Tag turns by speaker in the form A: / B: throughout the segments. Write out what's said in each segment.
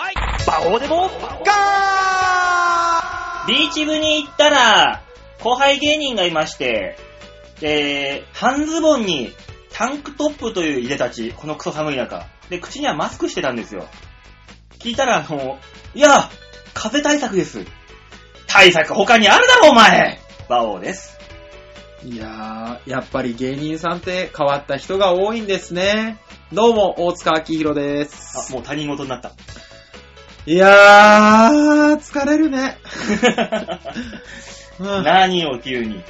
A: ここでも、ガー
B: ビーチ部に行ったら、後輩芸人がいまして、で、半ズボンにタンクトップといういでたち、このクソ寒い中。で、口にはマスクしてたんですよ。聞いたら、あの、いや、風邪対策です。対策他にあるだろ、お前馬王です。
A: いやー、やっぱり芸人さんって変わった人が多いんですね。どうも、大塚明宏で
B: あ、
A: す。
B: もう他人事になった。
A: いやー、疲れるね。うん
B: 何を急に。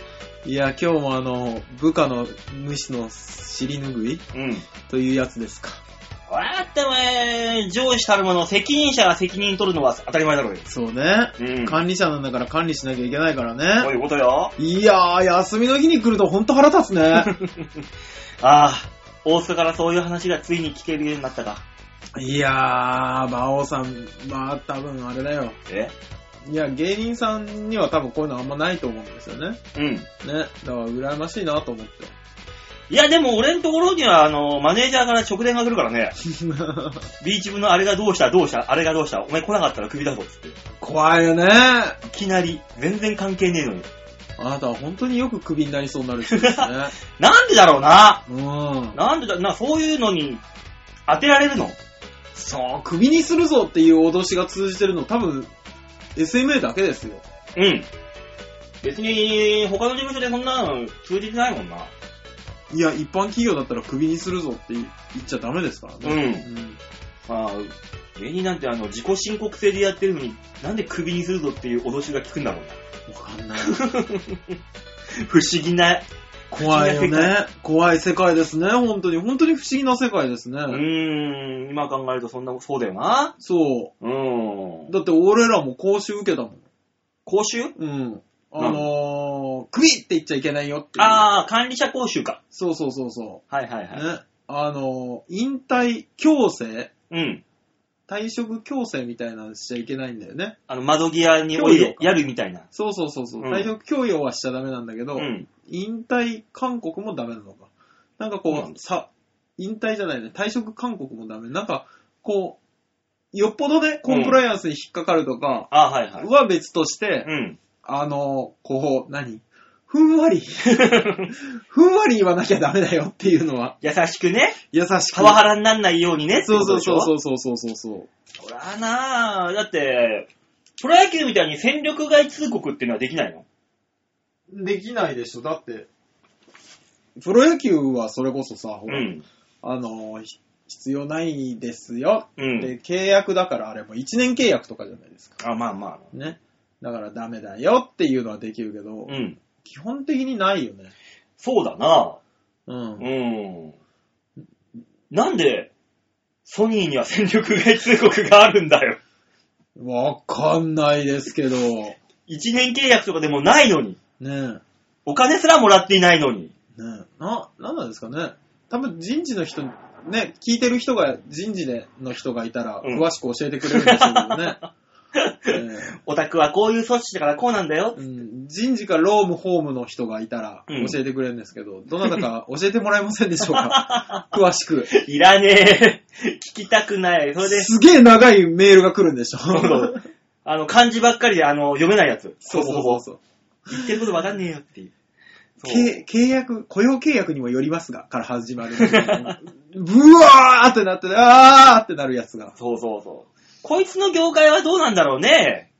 A: いや、今日もあの、部下の主の尻拭い
B: うん。
A: というやつですか。
B: わーってお前、上司たるもの、責任者が責任取るのは当たり前だろうよ。
A: そうね。
B: うん。
A: 管理者なんだから管理しなきゃいけないから
B: そう
A: ね。
B: いうことよ。
A: いやー、休みの日に来るとほんと腹立つね。
B: ああ、大阪からそういう話がついに聞けるようになったか。
A: いやー、馬王さんは多分あれだよ。
B: え
A: いや、芸人さんには多分こういうのあんまないと思うんですよね。ね。
B: うん。
A: だから羨ましいなと思 って。
B: いや、でも俺のところには、あの、マネージャーから直電が来るからね、ビーチ部のあれがどうした、どうした、あれがどうした、お前来なかったらクビだぞ、つって。い
A: 怖いよね。あ
B: きなり、全然関係ねえのに。
A: なたは本当によくクビになりそうになる人で すね。
B: なんでだろうな
A: うん。
B: なんでだ、な、そういうのに当てられるの
A: そう、クビにするぞっていう脅しが通じてるの多分、SMA だけですよ。
B: うん。別に、他の事務所でこんなの通じてないもんな。
A: いや、一般企業だったらクビにするぞって言っちゃダメですから
B: う
A: ね。
B: ん。まあ、芸人なんてあの、自己申告制でやってるのに、なんでクビにするぞっていう脅しが効くんだろう な。
A: うん。わかんない。
B: 不思議な。
A: 怖い よね。怖い世界ですね、本当に。本当に不思議な世界ですね。
B: うーん、今考えるとそんな、そうだよな。
A: そうう。
B: ん。
A: だって俺らも講習受けたもん。
B: 講習
A: うん。あのー、クビって言っちゃいけないよっていう。
B: ああ、管理者講習か。
A: そうそうそうそ。
B: はいはいうはい。
A: ね。あのー、引退強制
B: うん。
A: 退職強制みたいなのしちゃいけないんだよね。
B: あの、窓際に降り
A: 教養
B: て
A: か
B: やるみたいな。
A: そうそうそうそう。
B: うん
A: 退職強要はしちゃダメなんだけど、
B: うん。
A: 引退勧告もダメなのか。なんか
B: そう
A: こ
B: なん
A: う、さ、引退じゃないね、退職勧告もダメ。なんか、こう、よっぽどね、コンプライアンスに引っかかるとか、
B: ああ、はいはい。
A: は別として、
B: うん。
A: あの、こう、何ふんわり、ふんわり言わなきゃダメだよっていうのは、
B: 優しくね、
A: 優しく。
B: パワハラになんないようにね。
A: そうそうそう
B: う。
A: そうそうそうそうそう。
B: そらなあだって、プロ野球みたいに戦力外通告っていうのはできないの
A: できないでしょ、だって。プロ野球はそれこそさ、ほ
B: う
A: ら
B: ん。
A: あの、ひ必要ないですよ。
B: うん
A: で、契約だからあれも1年契約とかじゃないですか。
B: あ、まあまあ。
A: ね。だからダメだよっていうのはできるけど、
B: うん。
A: 基本的にないよね。
B: そうだな
A: うん。
B: うん。なんで、ソニーには戦力外通告があるんだよ。
A: わかんないです けど、
B: 一年契約とかでもないのに。
A: ね
B: お金すらもらっていないのに。
A: え、ねえ、な、なんなんですかね。多分人事の人、ね、聞いてる人が、人事での人がいたら、
B: うん
A: 詳しく教えてくれるんでしょうけどね。 ねえ
B: オタクはこういう措置だからこうなんだよ。
A: うん、人事かローム、ホームの人がいたら
B: うん
A: 教えてくれるんですけど、どなたか教えてもらえませんでしょ うか詳しく。
B: いらねえ。聞きたくない。それで、
A: すげえ長いメールが来るんでしょ
B: そうそうあの、漢字ばっかりで、あの、読めないやつ。
A: そうそうそうそう。
B: 言ってることわかんねえよっていう。そう
A: け契約、雇用契約にもよりますが、から始まる。ブワーってなって、あーってなるやつが。
B: そうそうそう。こいつの業界はどうなんだろうね。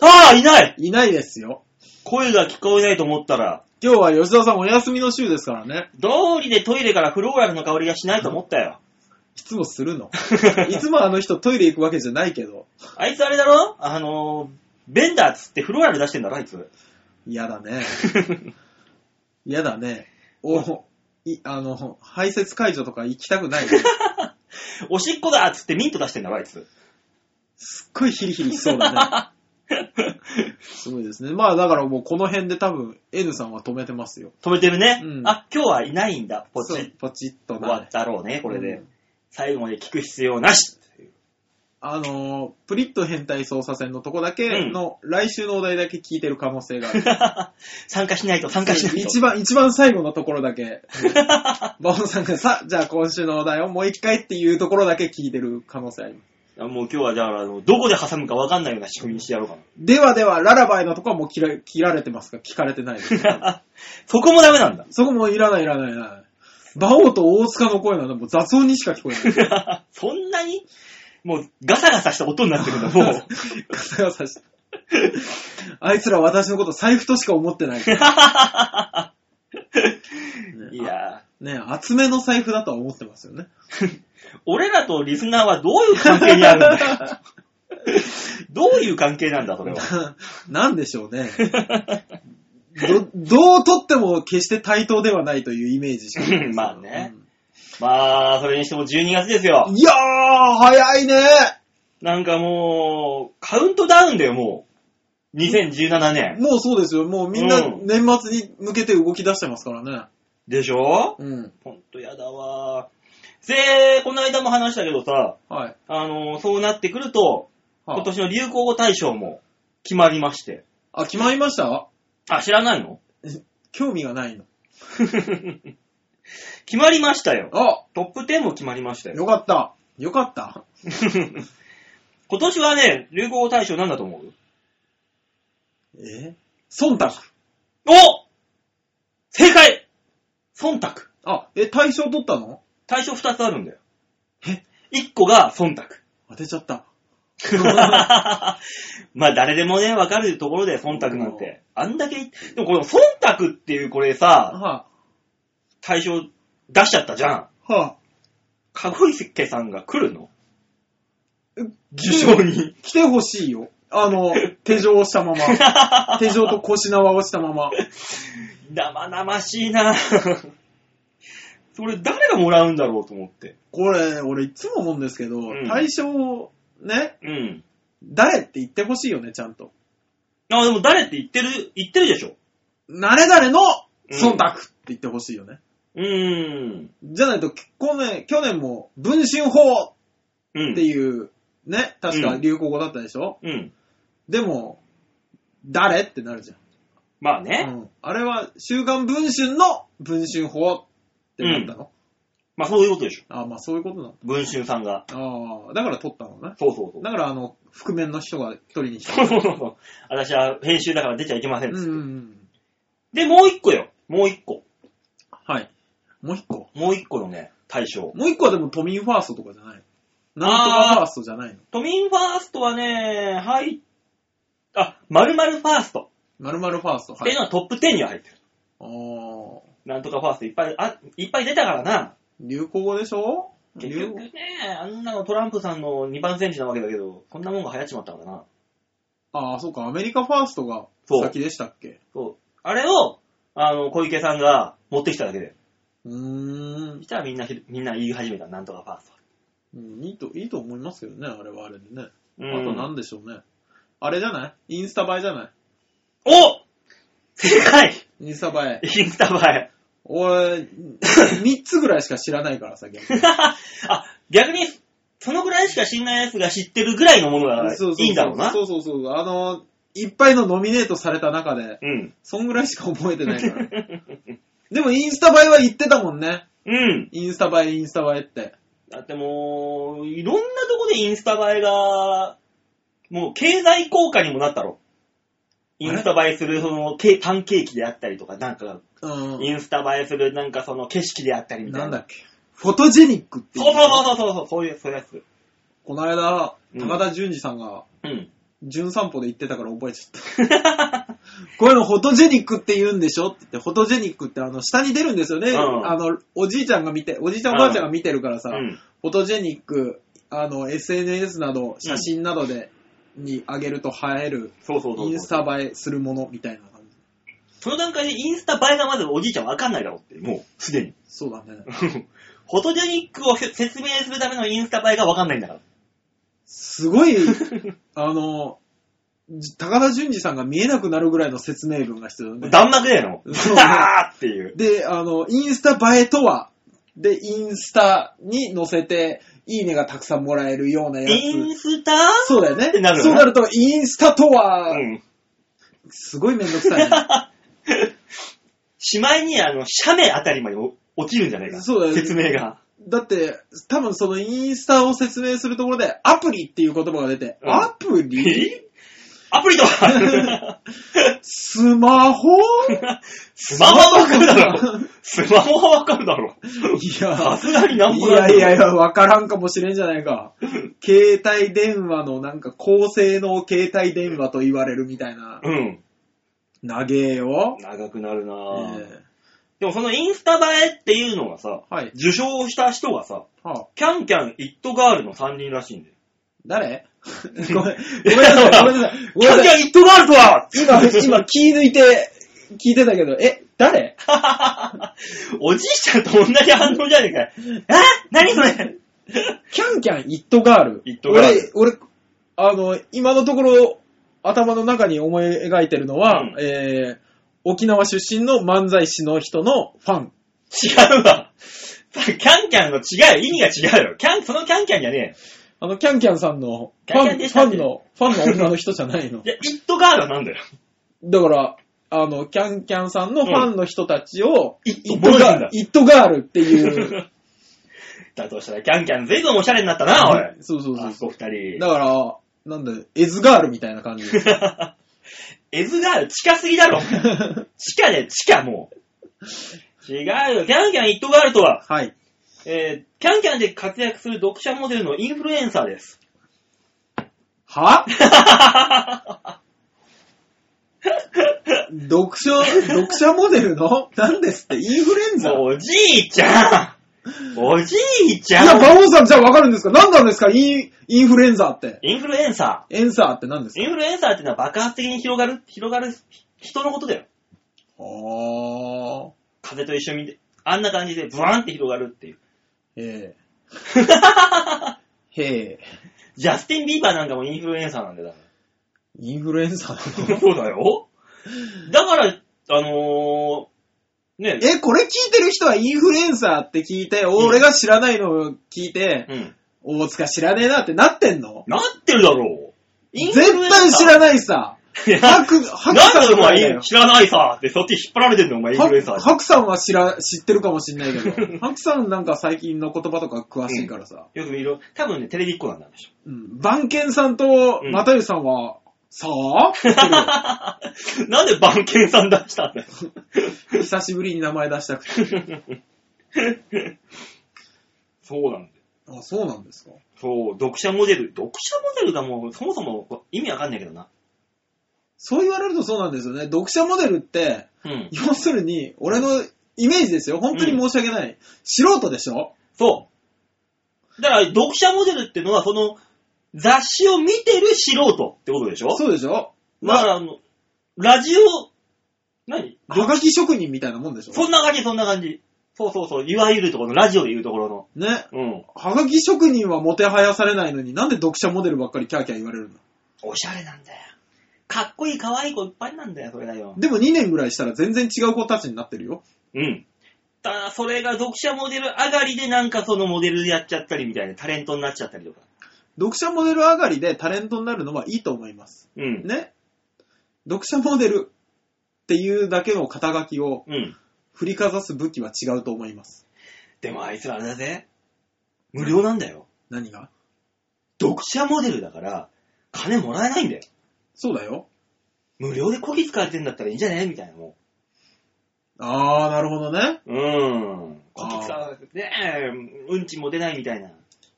B: ああ、いない
A: いないですよ。
B: 声が聞こえないと思ったら、
A: 今日は吉田さんお休みの週ですからね。
B: 道理でトイレからフローラルの香りがしないと思ったよ。
A: いつもするの。いつもあの人トイレ行くわけじゃないけど、
B: あいつあれだろあの、ベンダーっつってフローラル出してんだろ、あい つ。
A: 嫌だね。嫌だね。お、い、あの、排泄解除とか行きたくないね。
B: おしっこだっつってミント出してんだろ、あいつ。
A: すっごいヒリヒリしそうだ ね。すごいですね。まあだからもうこの辺で多分 N さんは止めてますよ。
B: 止めてるね。
A: うん
B: あ、今日はいないんだ。ポチ
A: そう
B: ッ。
A: ポチッと
B: 終わ
A: な
B: っ。たろうね、これで。
A: うん
B: 最後まで聞く必要なし。
A: あのー、プリッと変態操作戦のとこだけの、来週のお題だけ聞いてる可能性 がある。
B: 参加しないと、参加しないと。
A: 一番、一番最後のところだけ。バオさんがさ、じゃあ今週のお題をもう一回っていうところだけ聞いてる可能性あります。
B: あもう今日はだからあの、どこで挟むかわかんないような仕組みにしてやろうか
A: ではでは、ララバイのとこはもう切ら切られてますか聞かれてないです。
B: な。 そこもダメなんだ。
A: そこもういらないいらないいらない。馬王と大塚の声なんだ、もう雑音にしか聞こえない。
B: そんなにもうガサガサした音になってるんだ、もう。
A: ガサガサして。あいつら私のこと財布としか思ってないから。
B: いや
A: ね、厚めの財布だとは思ってますよね。
B: ー、俺らとリスナーはどういう関係にあるんだよ。 どういう関係なんだ、それは。
A: なんでしょうね。ど、どうとっても決して対等ではないというイメージしかないですよ
B: まあねまあ、それにしても12月ですよ
A: うん。いやー、早いね
B: なんかもう、カウントダウンだよ、もう。2017年。
A: もうそうですよ。もうみんな
B: うん
A: 年末に向けて動き出してますからね。
B: でしょ
A: うん。
B: ほんとやだわで、この間も話したけどさ、
A: はい。
B: あのそうなってくると、
A: はあ
B: 今年の流行語大賞も決まりまして。
A: あ、決まりました
B: あ、知らない の
A: 興味がないの。
B: 決まりましたよ。
A: あ、
B: トップ10も決まりましたよ。
A: よかった。よかった。
B: 今年はね、流行語大賞なんだと思う
A: え忖度。
B: お正解忖度。
A: あ、え、大賞取ったの
B: 大賞2つあるんだよ。え ?1 個が忖度。
A: 当てちゃった。
B: まあ誰でもね、わかるところで忖度なんて。あんだけ言っ、でもこの忖度っていうこれさ、
A: は
B: 対象出しちゃったじゃん。
A: あ、はあ、
B: かごいせけさんが来るの
A: え
B: 受賞に。
A: 来てほしいよ。あ の、手錠をしたま ま。手錠と腰縄をしたまま。
B: 生々しいな それ誰がもらうんだろうと思って。
A: これ、俺いつも思うんですけど、
B: ん
A: 対象をね、
B: うん。
A: 誰って言ってほしいよね、ちゃんと。
B: あ、でも誰って言ってる、言ってるでしょ。
A: 誰々の
B: うん
A: 忖度って言ってほしいよね。
B: うーん。
A: じゃないと、去年、去年も、文春法っ
B: うん
A: て。いう、ね、確か流行語だったでしょ、
B: うん。
A: でも、誰ってなるじゃん。
B: まあね。
A: うん、あれは、週刊文春の文春法ってなったの、
B: まあそういうことでしょ。
A: ああ、まあそういうことなの。
B: 文春さんが。
A: ああ、だから撮ったのね。
B: そうそうそう。
A: だから、あの、覆面の人が一人に来
B: そ
A: た。
B: うそうそう。私は編集だから出ちゃいけませんっ
A: う
B: つ
A: ん
B: っ
A: う
B: て。
A: んうん。
B: で、もう一個よ。もう一個。
A: はい。もう一個。
B: もう一個のね、対象。
A: もう一個はでも都民ファーストとかじゃないの。なんとかファーストじゃないの。
B: 都民ファーストはね、はい。あ、まるまるファースト
A: まるまるファースト。
B: っ
A: は
B: てい。
A: いう
B: のはトップ10には入ってる。
A: あー
B: なんとかファーストいっぱい、あ、いっぱい出たからな。
A: 流行語でしょ
B: 結
A: 流
B: 局ね、あんなのトランプさんの2番選手なわけだけど、こんなもんが流行っちまったからな。
A: ああ、そうか、アメリカファーストが
B: そう
A: 先でしたっけ
B: そう。あれを、あの、小池さんが持ってきただけで。
A: うー
B: そ
A: ん
B: したらみんな、みんな言い始めた、なんとかファースト。
A: うん。いいと、いいと思いますけどね、あれはあれでね。
B: う
A: あと何でしょうね。あれじゃないインスタ映えじゃない
B: お正解
A: インスタ映え。
B: インスタ映え。
A: 俺、3つぐらいしか知らないからさ、逆に
B: あ、逆に、そのぐらいしか知んない奴が知ってるぐらいのものだから、い
A: そうそうそう
B: いんだろうな。
A: そうそうそう。あの、いっぱいのノミネートされた中で、
B: うん。
A: そんぐらいしか覚えてない から。でもインスタ映えは言ってたもんね。
B: うん。
A: インスタ映え、インスタ映えって。
B: だってもう、いろんなとこでインスタ映えが、もう経済効果にもなったろ。インスタ映えするそのケパンケーキであったりとか、なんか、
A: うん。
B: インスタ映えするなんかその景色であったりみた
A: ないんだっ
B: な。
A: け。フォトジェニックってい
B: そうそうそうそうそう、そういう、そういうやつ。
A: この間、
B: うん
A: 高田純次さんが、
B: うん。
A: 純散歩で言ってたから覚えちゃった。こういうのフォトジェニックって言うんでしょって言って、フォトジェニックってあの、下に出るんですよね。
B: うん
A: あの、おじいちゃんが見て、おじいちゃんおばあちゃんが見てるからさ、
B: うん。
A: フォトジェニック、あの、SNS など、写真などで、に上げると映える、
B: そうそうそうそう。
A: インスタ映えするものみたいな感じ。
B: その段階でインスタ映えがまずおじいちゃんわかんないだろうって、もう、すでに。
A: そうだね。
B: フォトジェニックを説明するためのインスタ映えがわかんないんだから。
A: すご い、あの、じ高田純次さんが見えなくなるぐらいの説明文が必要だね。
B: 弾幕だよな。
A: そう
B: ダーっていう。
A: で、あの、インスタ映えとは、で、インスタに載せて、いいねがたくさんもらえるようなや
B: イン
A: つ。
B: スタ
A: そうだよね
B: てなる。よね
A: そうなると、インスタとは、
B: うん。
A: すごいめんどくさいね。
B: しまいに、あの、写メあたりまでお落ちるんじゃないか。
A: そうだよ
B: 説明が。
A: だって、多分そのインスタを説明するところで、アプリっていう言葉が出て、
B: うん
A: アプリ
B: えアプリと は
A: スマホ
B: スマホはわかるだ ろスマホはわかるだろ
A: いや
B: さ、すがになん
A: い
B: ぼな
A: や
B: んだ
A: いやいや、わからんかもしれんじゃないか。携帯電話のなんか高性能携帯電話と言われるみたいな。
B: うん。
A: 長えよ。
B: 長くなるな
A: え
B: ぁ、
A: え
B: でもそのインスタ映えっていうのがさ、
A: はい。
B: 受賞した人がさ、
A: はあ、
B: キャンキャン、イットガールの3人らしいんだよ。
A: 誰ごめん、ごめんなさい、ごめんなさい。ご
B: キ
A: めん
B: ャン
A: な
B: キ
A: さ
B: ャ
A: い。
B: ン、イットガールとは
A: 今、今気抜いて、聞いてたけど、え、誰
B: おじいちゃんと同じ反応じゃねえかよ。あ何それ
A: キャンキャン、イットガール。
B: イットガール
A: 俺、俺、あの、今のところ、頭の中に思い描いてるのは、
B: うん
A: えー、沖縄出身の漫才師の人のファン。
B: 違うわ。さキャンキャンの違う、意味が違うよ。キャン、そのキャンキャンじゃね
A: あの、キャンキャンさんの、フ
B: キャンキャン
A: ァン、
B: でし
A: フ
B: た
A: ァ
B: っけ
A: ンの、ファンの女の人じゃないの
B: え。。いや、イットガールはなんだよ。
A: だから、あの、キャンキャンさんのファンの人たちを、
B: イ
A: イ
B: ッ
A: ッ
B: ト
A: ト
B: ガ
A: ガ
B: ールだ
A: ール、。イットガールっていう。
B: だとしたら、キャンキャン随分おしゃれになった な、おい。
A: そうそうそう
B: あ
A: そ
B: そこ二
A: う。だから、なんだよ、エズガールみたいな感じ。
B: 人。エズガール近すぎだろ。お前地下で地下もう。違うよ。キャンキャンイットガールとは、
A: はい。
B: えー、キャンキャンで活躍する読者モデルのインフルエンサーです。
A: は 読書、読者モデルの何ですってインフルエンザい
B: おじいちゃんおじいちゃ
A: や、
B: ん
A: 馬王さんじゃあわかるんですか何なんですかイン、インフルエンザって。
B: インフルエンサ
A: エンサーって何です
B: ー。イ
A: か
B: ンフルエンサーってのは爆発的に広がる、広がる人のことだよ。
A: あー。
B: 風と一緒に、あんな感じでブワーンって広がるっていう。
A: え え。へえ。
B: ジャスティン・ビーバーなんかもインフルエンサーなんだよ。だか
A: インフルエンサーな
B: ら
A: の
B: そうだよ。だから、あのー、ね、
A: え、これ聞いてる人はインフルエンサーって聞いて、俺が知らないのを聞いて、
B: うん。
A: 大塚知らねえなってなってんの
B: なってるだろう。
A: 絶対知らないさ。
B: いや
A: ハク、ハク
B: なん
A: さ
B: で
A: ん
B: お
A: ぐらいだ
B: 前
A: よ、
B: 知らないさって、そっち引っ張られてんの、お前、インフルエンサー
A: ハクさんは知ら、知ってるかもしんないけど、 ハクさんなんか最近の言葉とか詳しいからさ、
B: よく見る。多分ね、テレビっ子なんだでしょ。
A: うん。番犬さんと
B: うん
A: 又吉さんは、さ あって
B: なんで番犬さん出したんだよ。
A: 言う久しぶりに名前出したくて。
B: そうなんだよ。
A: あ、そうなんですか。
B: そう、読者モデル。読者モデルがもう、そもそも意味わかんないけどな。
A: そう言われるとそうなんですよね。読者モデルって、
B: うん。
A: 要するに、俺のイメージですよ。本当に申し訳ない。素人でしょ
B: そう。だから、読者モデルってのは、その、雑誌を見てる素人ってことでしょ
A: そうでしょ
B: だから、あの、ラジオ、何
A: はがき職人みたいなもんでしょ
B: そんな感じ、そんな感じ。そうそうそう。いわゆるところの、ラジオで言うところの。
A: ね。
B: うん。
A: はがき職人はもてはやされないのになんで読者モデルばっかりキャーキャー言われるの
B: おしゃれなんだよ。かっこいい、かわいい子いっぱいなんだよ、それだよ。
A: でも2年ぐらいしたら全然違う子たちになってるよ。
B: うん。ただ、それが読者モデル上がりでなんかそのモデルやっちゃったりみたいな、タレントになっちゃったりとか。
A: 読者モデル上がりでタレントになるのはいいと思います。
B: うん。
A: ね読者モデルっていうだけの肩書きを
B: うん。
A: 振りかざす武器は違うと思います。
B: でもあいつらあれだぜ。無料なんだよ。
A: 何が
B: 読者モデルだから、金もらえないんだよ。
A: そうだよ。
B: 無料でこき使われてんだったらいいんじゃねみたいなも
A: あー、なるほどね。
B: う。うん。こき使われて、ねえ、うんちも出ないみたいな。
A: い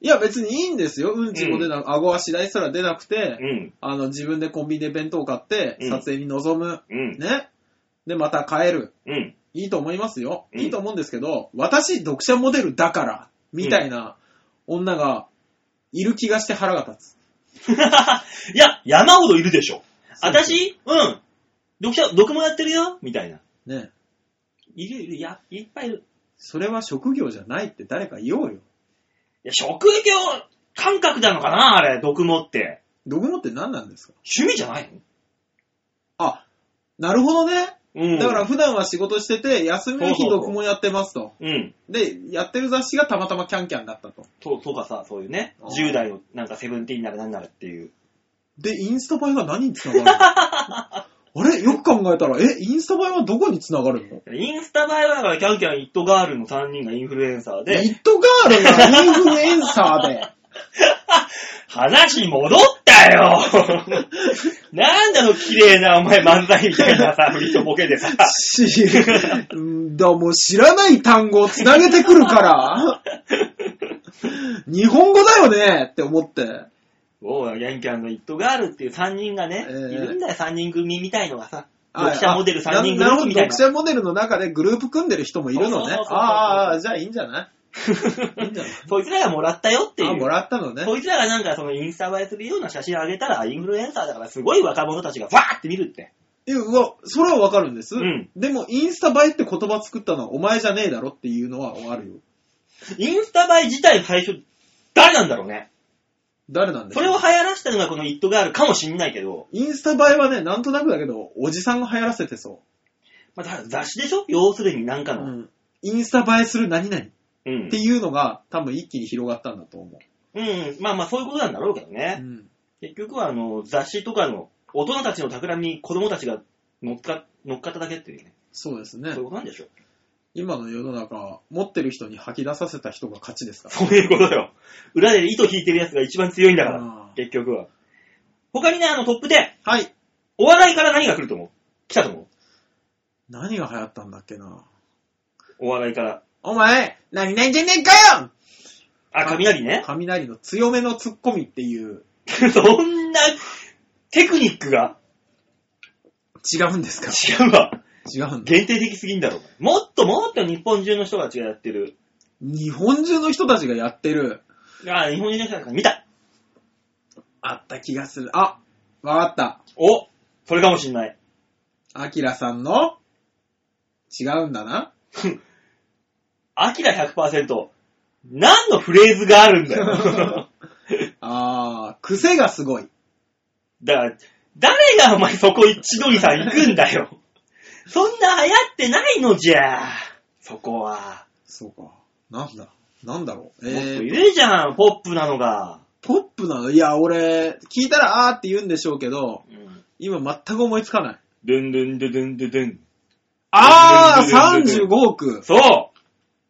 A: や別にいいんですよ。うんちも出なく、顎足台すら出なくて、
B: うん。
A: あの自分でコンビニで弁当を買って
B: うん
A: 撮影に臨む。
B: うん。
A: ね。で、また帰る。
B: うん。
A: いいと思いますよ。
B: うん
A: いいと思うんですけど、私、読者モデルだから、みたいな女がいる気がして腹が立つ。
B: いや、山ほどいるでしょ。
A: そうそう
B: 私、うん。読者、読もやってるよみたいな。
A: ね。
B: いるいる、いや、いっぱいいる。
A: それは職業じゃないって誰か言おうよ。
B: いや、職業感覚なのかなあれ、読もって。
A: 読モって何なんですか
B: 趣味じゃない
A: あ、なるほど
B: の
A: ね。
B: うん。
A: だから、普段は仕事してて、休み
B: そうそ
A: の日
B: うそう
A: 読モやってますと。
B: うん。
A: で、やってる雑誌がたまたまキャンキャンだったと。
B: と、とかさ、そういうね
A: あ、ー
B: 10代のなんかセブンティーンならなんならっていう。
A: で、インスタ映えが何につながるあれよく考えたら、え、インスタ映えはどこに繋がるの
B: インスタ映えは、キャンキャン、イットガールの3人がインフルエンサーで、
A: イットガールがインフルエンサーで。
B: 話戻ったよなんだの綺麗なお前漫才みたいなさ、振りとボケでさ。
A: し、うんだもう知らない単語を繋げてく るから、日本語だよねって思って。
B: おう、ヤンキャンのイットガールっていう3人がね、
A: ええ
B: いるんだよ、3人組みたいのがさ、
A: あ
B: 読者モデル3人
A: なな
B: 組
A: るほど
B: みたいな。
A: 読者モデルの中でグループ組んでる人もいる
B: そうそ
A: のね。
B: うそうそう
A: ああ、じゃあいいんじゃないいいんじゃない
B: そいつらがもらったよってい
A: あも
B: う。
A: らったのね。
B: そいつらがなんかそのインスタ映えするような写真あげたら、インフルエンサーだからすごい若者たちがわーって見るって。
A: えうわ、それはわかるんです。
B: うん
A: でも、インスタ映えって言葉作ったのはお前じゃねえだろっていうのはあるよ。
B: インスタ映え自体最初、誰なんだろうね。
A: 誰なんです
B: それを流行らせたのがこのイットガールかもしんないけど、
A: インスタ映えはね、なんとなくだけど、おじさんが流行らせてそ
B: まあ、だから雑誌でしょ要するになんか
A: う。う
B: の。
A: ん。インスタ映えする何々っ
B: うん
A: て。いうのが、多分一気に広がったんだと思う。
B: うん。まあまあそういうことなんだろうけどね。
A: うん。
B: 結局はあの雑誌とかの大人たちの企みに子供たちが乗っか乗っかっただけっていうね、
A: そうです
B: そう
A: ね
B: い。うことなんでしょう。
A: 今の世の中、持ってる人に吐き出させた人が勝ちですから。
B: そういうことだよ。裏で糸引いてるやつが一番強いんだから、
A: うん
B: 結局は。他にね、あのトップで、
A: はい。
B: お笑いから何が来ると思う来たと思う
A: 何が流行ったんだっけな。
B: お笑いから。
A: お前、何々じゃねえかよ
B: あ、雷ね。
A: 雷の強めのツッコミっていう、
B: そんな、テクニックが
A: 違うんですか
B: 違うわ。
A: 違うんだ。
B: 限定的すぎんだろ。もっともっと日本中の人たちがやってる。
A: 日本中の人たちがやってる、
B: あ、日本中の人たちが見た。
A: あった気がする。あ、わかった。
B: お、それかもしんない。
A: アキラさんの、違うんだな。
B: アキラ100%、何のフレーズがあるんだよ。
A: あー、癖がすごい。
B: だから、誰がお前そこ一度にさ、行くんだよ。そんな流行ってないのじゃ。そこは。
A: そうか。なんだ。なんだろう。
B: もっとい
A: えー、
B: るじゃん、ポップなのが。
A: ポップなのいや、俺、聞いたらあーって言うんでしょうけど、
B: うん。
A: 今全く思いつかない。
B: ドゥンドゥンドゥドゥンドゥドゥン。
A: あー、
B: 全然全然
A: 35億。
B: そう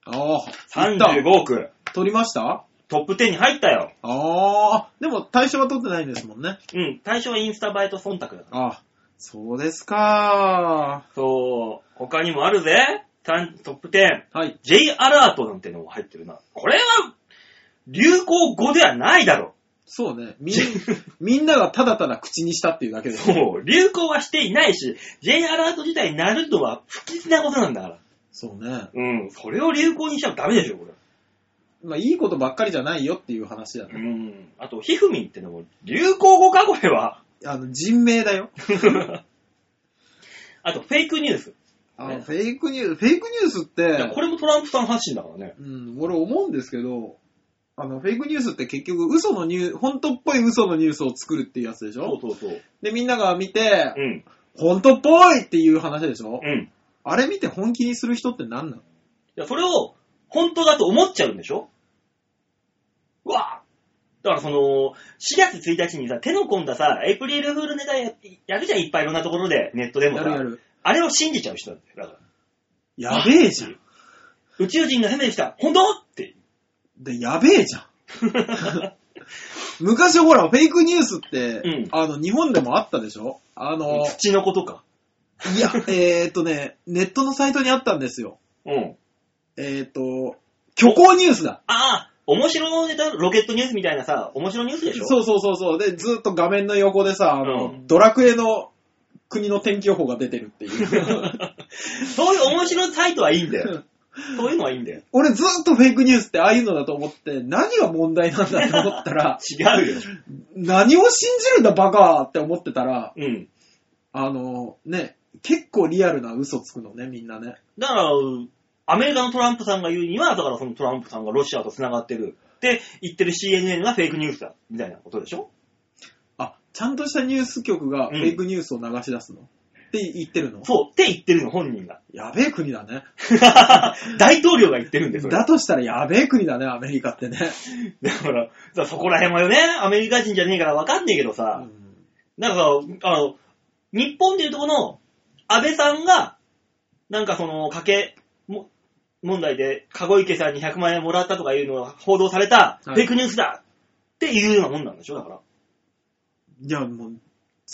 A: あー、行った
B: !35 億。
A: 取りました
B: トップ10に入ったよ。
A: あー、でも対象は取ってないんですもんね。
B: うん。対象はインスタ映えと忖度だから。
A: あ、そうですか
B: そう。他にもあるぜ。三トップ10。
A: ー。はい。
B: J アラートなんてのも入ってるな。これは、流行語ではないだろ
A: そうね。みん、みんながただただ口にしたっていうだけ
B: う。
A: で。
B: そう。流行はしていないし、J アラート自体になるのは不吉なことなんだから。
A: そうね。
B: うん。それを流行にしちゃダメでしょ、これ。
A: まあ、いいことばっかりじゃないよっていう話だ
B: う
A: ね。
B: ん。あと、ひふみんってのも、流行語か、これは。
A: あの、人命だよ。
B: あと、フェイクニュース。
A: あ
B: ね
A: の、フェイクニュース、フェイクニュースっ
B: いや
A: て
B: こ、れもトランプさん発信だからね。
A: うん、俺思うんですけど、あの、フェイクニュースって結局嘘のニュー、本当っぽい嘘のニュースを作るっていうやつでし
B: そう
A: ょ
B: そうそう。
A: で、みんなが見て
B: う、ん。
A: 本当っぽいっていう話でしょ
B: うん。い
A: あれ見て本気にする人って何なの
B: や、それを、本当だと思っちゃうんでしょうわだからその、4月1日にさ、手の込んださ、エイプリルフールネタややるじゃん、いっぱいいろんなところで、ネットでも
A: やるや
B: さ。
A: る。
B: あれを信じちゃう人なんだよ。だから、
A: やべえじゃん。
B: 宇宙人が攻めてきた本当って。
A: で、やべえじゃん。 昔ほら、フェイクニュースって、
B: うん
A: あの、日本でもあったでしょあの、
B: 土のことか。
A: いや、えーっとね、ネットのサイトにあったんですよ。
B: うん。
A: えーっと、虚構ニュースだ。
B: ああ、面白いネタ、ロケットニュースみたいなさ、面白いニュースでしょ
A: そうそうそうそう。で、ずっと画面の横でさ、あの、
B: うん
A: ドラクエの国の天気予報が出てるっていう。
B: そういう面白いサイトはいいんだ よ。そういうのはいいんだよ。、
A: 俺ずっとフェイクニュースってああいうのだと思って、何が問題なんだと思ったら
B: 違うよ。
A: 何を信じるんだバカって思ってたら、
B: うん。
A: あの、ね、結構リアルな嘘つくのね、みんなね。
B: だから、アメリカのトランプさんが言うには、だからそのトランプさんがロシアと繋がってるって言ってる CNN がフェイクニュースだ、みたいなことでしょ
A: あ、ちゃんとしたニュース局が
B: うん
A: フェイクニュースを流し出すの、って言ってるの
B: そう、って言ってるの、本 人が。
A: やべえ国だね。
B: 大統領が言ってるんですよ。
A: だ
B: だ
A: としたらやべえ国だね、アメリカってね。
B: から、そこら辺はよね、アメリカ人じゃねえからわかんねえけどさ、
A: うん
B: なんかさ、あの、日本でいうとこの、安倍さんが、なんかその、賭けも、問題で、籠池さんに100万円もらったとかいうのが報道された、フ
A: はい
B: ェイクニュースだっていうようなもんなんでしょだから。っ
A: いや、もう、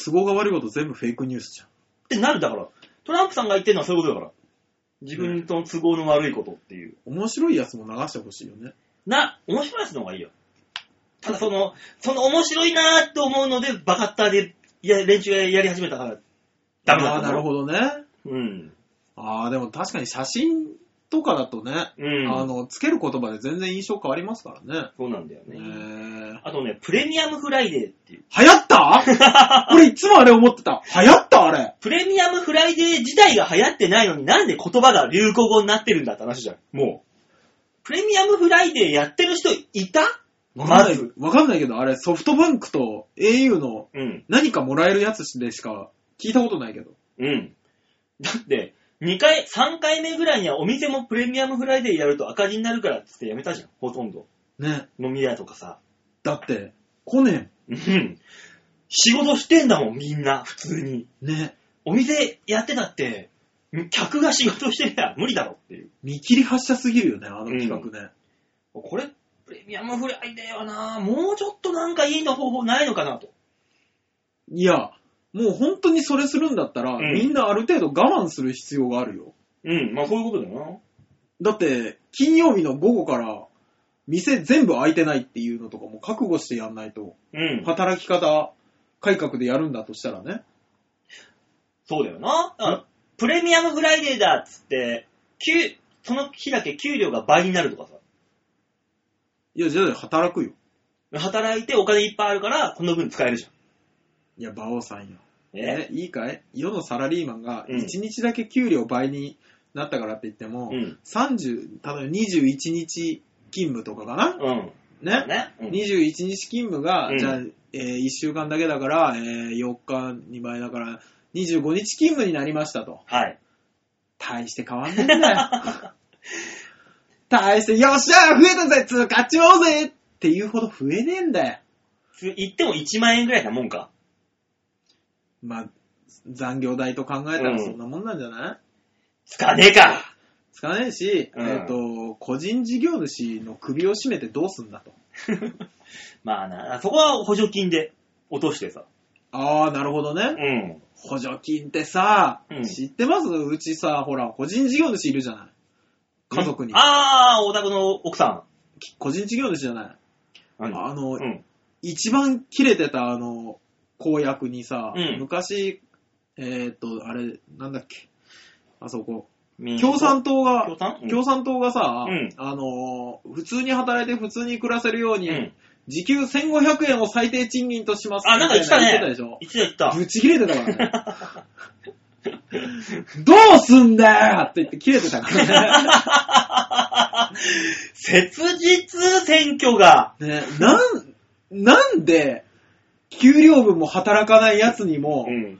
A: 都合が悪いこと全部フェイクニュースじゃん。
B: てなるだから。トランプさんが言ってるのはそういうことだから。自分との都合の悪いことっていう。
A: 面白いやつも流してほしいよね。
B: な、面白いやつの方がいいよ。ただその、その面白いなーって思うので、バカッターで、いや、連中がやり始めたから、ダメ
A: あ
B: だ
A: あ、なる
B: ど。
A: ほどね。
B: うん。
A: ああ、でも確かに写真とかだとね、
B: うん。
A: あの、つける言葉で全然印象変わりますからね。
B: そうなんだよ
A: え
B: ね。
A: ー
B: あとね、プレミアムフライデーっていう。
A: 流行った これいつもあれ思ってた。流行ったあれ。
B: プレミアムフライデー自体が流行ってないのになんで言葉が流行語になってるんだって話じゃん。もう。プレミアムフライデーやってる人いた
A: わかんな
B: ま
A: い
B: ず。
A: わかんないけど、あれソフトバンクと au の
B: うん。
A: 何かもらえるやつでしか聞いたことないけど。
B: うん。だって、2回、3回目ぐらいにはお店もプレミアムフライデーやると赤字になるからっつってやめたじゃん。ほとんど。
A: ね。
B: 飲み屋とかさ。
A: だって、来ね
B: うん。仕事してんだもん、みんな。普通に。
A: え。ね。
B: お店やってたって、客が仕事してりゃ無理だろっていう。
A: 見切り発車すぎるよね、あの企画ね。
B: これ、プレミアムフライデーはな、もうちょっとなんかいいの方法ないのかなと。
A: いや、もう本当にそれするんだったら、
B: うん
A: みんなある程度我慢する必要があるよ。
B: うん、まあそういうことだよ
A: だって、金曜日の午後から、店全部開いてないっていうのとかも覚悟してやんないと、
B: な。うん。
A: 働き方改革でやるんだとしたらね。
B: そうだよな。だからプレミアムフライデーだっつって、給、その日だけ給料が倍になるとかさ。
A: いや、じゃあ働くよ。
B: 働いてお金いっぱいあるから、この分使えるじ
A: いや、馬王さんよ。
B: ゃん。
A: え、いいかい世のサラリーマンが
B: うん
A: 1日だけ給料倍になったからって言っても、
B: うん。
A: 30、例えば21日勤務とかかな
B: うん。
A: ね
B: ね。うん
A: 21日勤務が、
B: うん
A: じゃあ、え1週間だけだから、え4日2倍だから、25日勤務になりましたと。
B: はい。
A: 大して変わんねえんだよ。 大して、よっしゃ増えたぜ通過ちようぜっていうほど増えねえんだよ。
B: つ言っても1万円ぐらいなもんか。
A: まあ、残業代と考えた
B: うん
A: らそんなもんなんじゃない、
B: つかねえか。
A: つかねえし、
B: うん
A: えっ、と、個人事業主の首を絞めてどうすんだと。
B: まあな、そこは補助金で落としてさ。
A: ああ、なるほど
B: う
A: ね。
B: ん。
A: 補助金ってさ、
B: うん
A: 知ってますうちさ、ほら、個人事業主いるじゃない。家族に。
B: ああ、お宅の奥さ
A: 個人事業主じゃない。
B: ん。何
A: あの、
B: うん。
A: 一番切れてたあの、公約にさ、
B: うん
A: 昔、えーっと、あれ、なんだっけ、あそこ、
B: 民主党
A: 共産党
B: 共
A: が、
B: 産
A: 共産党がさ、
B: うん
A: あのー、普通に働いて普通に暮らせるように、
B: うん。
A: 時給1500円を最低賃金とします
B: あ、なんか言ってた
A: みい
B: ね
A: な言ってたでしょ。
B: 言ってた言っ
A: ぶち切れてたから ね。どうすんだよって言って切れてたからね。
B: た。切実選挙が。
A: ねなん、なんで、給料分も働かない奴にも、
B: ん。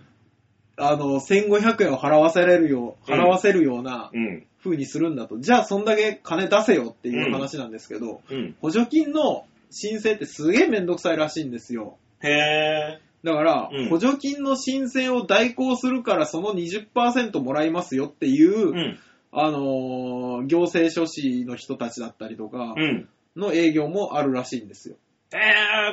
A: あの、1500円を払わせれるよう、
B: うん
A: 払わせるような
B: うん。
A: 風にするんだと、じゃあそんだけ金出せよっていう話なんですけど、
B: うん。
A: 補助金の申請ってすげえめんどくさいらしいんですよ。
B: へ
A: だから、
B: うん
A: 補助金の申請を代行するからその20%もらいますよってい
B: ぇ
A: う、
B: ー。うん。
A: あのー行政書士の人たちだったりとか
B: うん。
A: の営業もあるらしいんですよ。
B: えぇ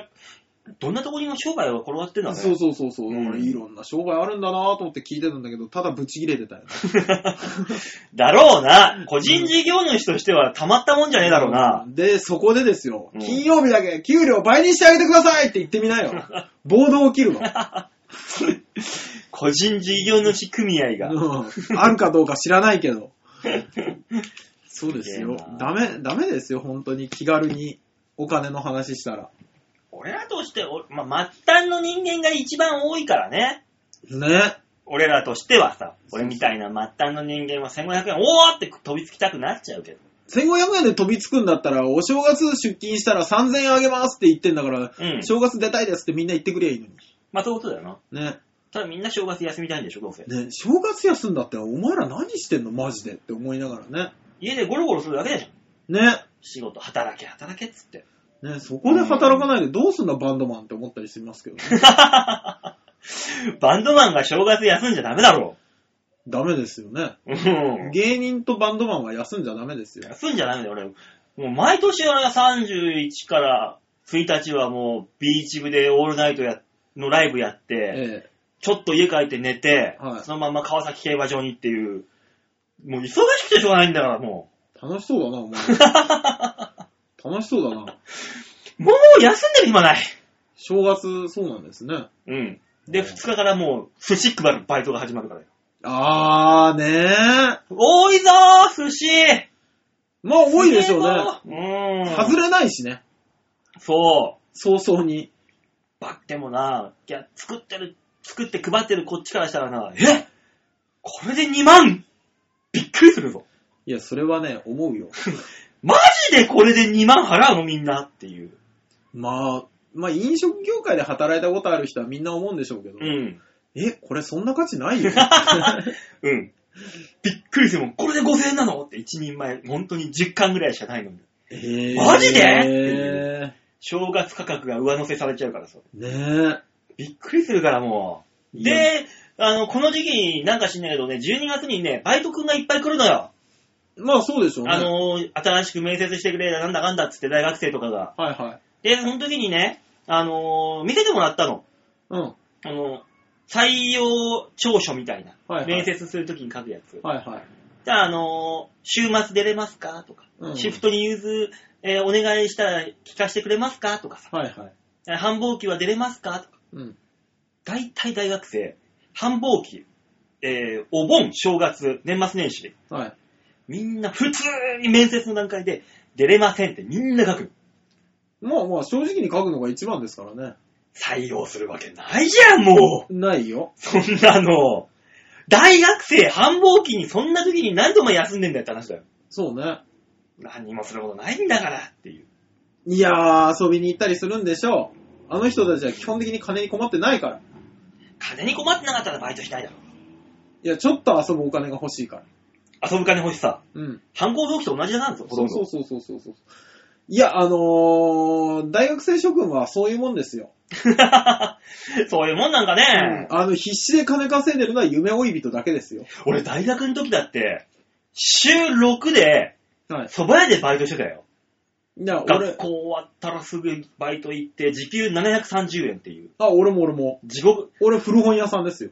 B: ー。どんなとこにも商売は転がってんだね。
A: そうそうそうそう、
B: うん
A: だからいろんな商売あるんだなと思って聞いてたんだけど、ただブチ切れてたよね。
B: だろうな。個人事業主としてはたまったもんじゃねえだろうな。
A: で、そこでですよ、
B: うん
A: 金曜日だけ給料倍にしてあげてくださいって言ってみ なよ。暴動起きるの、
B: 個人事業主組合が。
A: うんあるかどうか知らない けど。そうですよ
B: すげえ。な
A: ダメ、ダメですよ、本当に気軽にお金の話したら。
B: 俺らとして、おまあ、末端の人間が一番多いからね。
A: ね。
B: 俺らとしてはさ、俺みたいな末端の人間は1500円、おーって飛びつきたくなっちゃうけど。
A: 1500円で飛びつくんだったら、お正月出勤したら3000円あげますって言ってんだから、
B: うん。
A: 正月出たいですってみんな言ってくれゃいいのに。
B: まあ、そういうことだよな。
A: ね。
B: ただみんな正月休みたいんでしょ、どうせ。
A: ね、正月休んだって、お前ら何してんのマジでって思いながらね。
B: 家でゴロゴロするだけでしょ。
A: ね。
B: 仕事、働け、働けっつって。
A: ね、そこで働かないでどうすんだ、バンドマンって思ったりしますけどね。
B: バンドマンが正月休んじゃダメだろ
A: ダメですよね。
B: う。うん。
A: 芸人とバンドマンは休んじゃダメで すよ。
B: 休んじゃダメだよ、俺。もう毎年俺は31から1日はもうビーチ部でオールナイトやのライブやって、
A: え
B: ちょっと家帰って寝て、
A: はい
B: そのまま川崎競馬場にっていう、もう忙しくてしょうがないんだから、も
A: え楽しそうだ な、お前。楽しそうだな。
B: う。もう休んでる暇ない。
A: 正月、そうなんですね。
B: うん。で、2日からもう寿司配るバイトが始まるからよ。
A: あーねえ。
B: 多いぞー寿司
A: まあ、多いでしょうね。
B: うねうん。
A: 外れないしね。
B: そう。
A: 早々に。
B: ばってもな、いや、作ってる、作って配ってるこっちからしたらな、えこれで2万びっくりするぞ。
A: いや、それはね、思うよ。
B: マジでこれで2万払うのみんなっていう。
A: まあ、まあ、飲食業界で働いたことある人はみんな思うんでしょうけど。
B: うん。
A: え、これそんな価値ないよ。
B: うん。びっくりするもん。これで5000円なのって1人前、本当に10巻ぐらいしかないのに。
A: え ー
B: マジで
A: ね
B: 正月価格が上乗せされちゃうからさ。
A: え。
B: びっくりするからもう。
A: いや、
B: で、あの、この時期なんか知んないけどね、12月にね、バイト君がいっぱい来るのよ。
A: まあそうでしょうね。
B: あの、新しく面接してくれ、なんだかんだっつって大学生とかが。
A: はいはい。
B: で、その時にね、あのー見せてもらったの。
A: うん。
B: あの、採用調書みたいな。
A: はいはい
B: 面接するときに書くやつ。
A: はいはい。
B: じゃあ、あのー週末出れますかとか、
A: うん
B: シフトに融通、えーお願いしたら聞かせてくれますかとかさ、
A: はいはい。
B: えー繁忙期は出れますかとか。
A: うん。
B: 大体大学生、繁忙期、えーお盆、正月、年末年始、
A: はい。
B: みんな普通に面接の段階で、出れませんってみんな書く。
A: まあまあ正直に書くのが一番ですからね。
B: 採用するわけないじゃん、もう
A: ないよ。
B: そんなの、大学生繁忙期にそんな時に何度も休んでんだよって話だよ。
A: そうね。
B: 何もすることないんだからっていう。
A: いやー、遊びに行ったりするんでしょう。あの人たちは基本的に金に困ってないから。
B: 金に困ってなかったらバイトしないだろ。
A: いや、ちょっと遊ぶお金が欲しいから。
B: 遊ぶ金欲しさ。
A: うん。
B: 反抗動機と同じなんですよ、ほと
A: そ
B: ん
A: うそ
B: ど
A: う。そうそうそうそう。いや、あのー、大学生諸君はそういうもんですよ。
B: そういうもんなんかね。
A: あの、必死で金稼いでるのは夢追い人だけですよ。
B: 俺大学の時だって、週6で
A: はい。
B: 蕎麦屋でバイトしてたよ。
A: いや、
B: 学
A: 俺、
B: 校終わったらすぐバイト行って、時給730円っていう。
A: あ、俺も俺も。
B: 地獄。
A: 俺、古本屋さんですよ。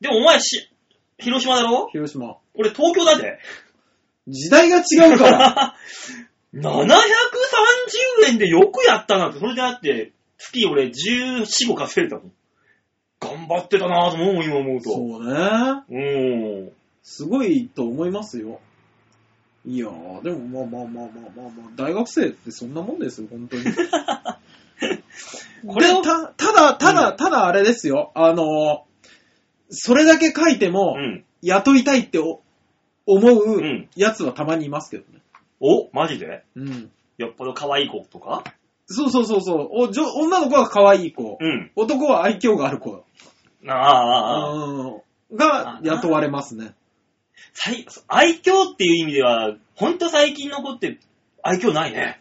B: でもお前し、広島だろ
A: 広島。
B: 俺東京だぜ。
A: 時代が違うから。
B: 730円でよくやったなって、それであって、月俺14、5稼いでたの。頑張ってたなぁと思うもん、今思うと。う
A: そうね。
B: ーん。
A: すごいと思いますよ。いやー、でもまあまあまあまあまあまあ、大学生ってそんなもんですよ、本 当に。
B: これを
A: でた、ただ、ただ、ただあれですよ。あのーそれだけ書いても、
B: うん。
A: 雇いたいってお思ううんやつはたまにいますけどね。
B: お、マジで
A: うん。
B: よっぽど可愛い子とか
A: そうそうそうそうお女。女の子は可愛い子。
B: うん。
A: 男は愛嬌がある子。
B: ああああ、
A: うんが雇われますね。
B: 最愛嬌っていう意味では、ほんと最近の子って愛嬌ないね。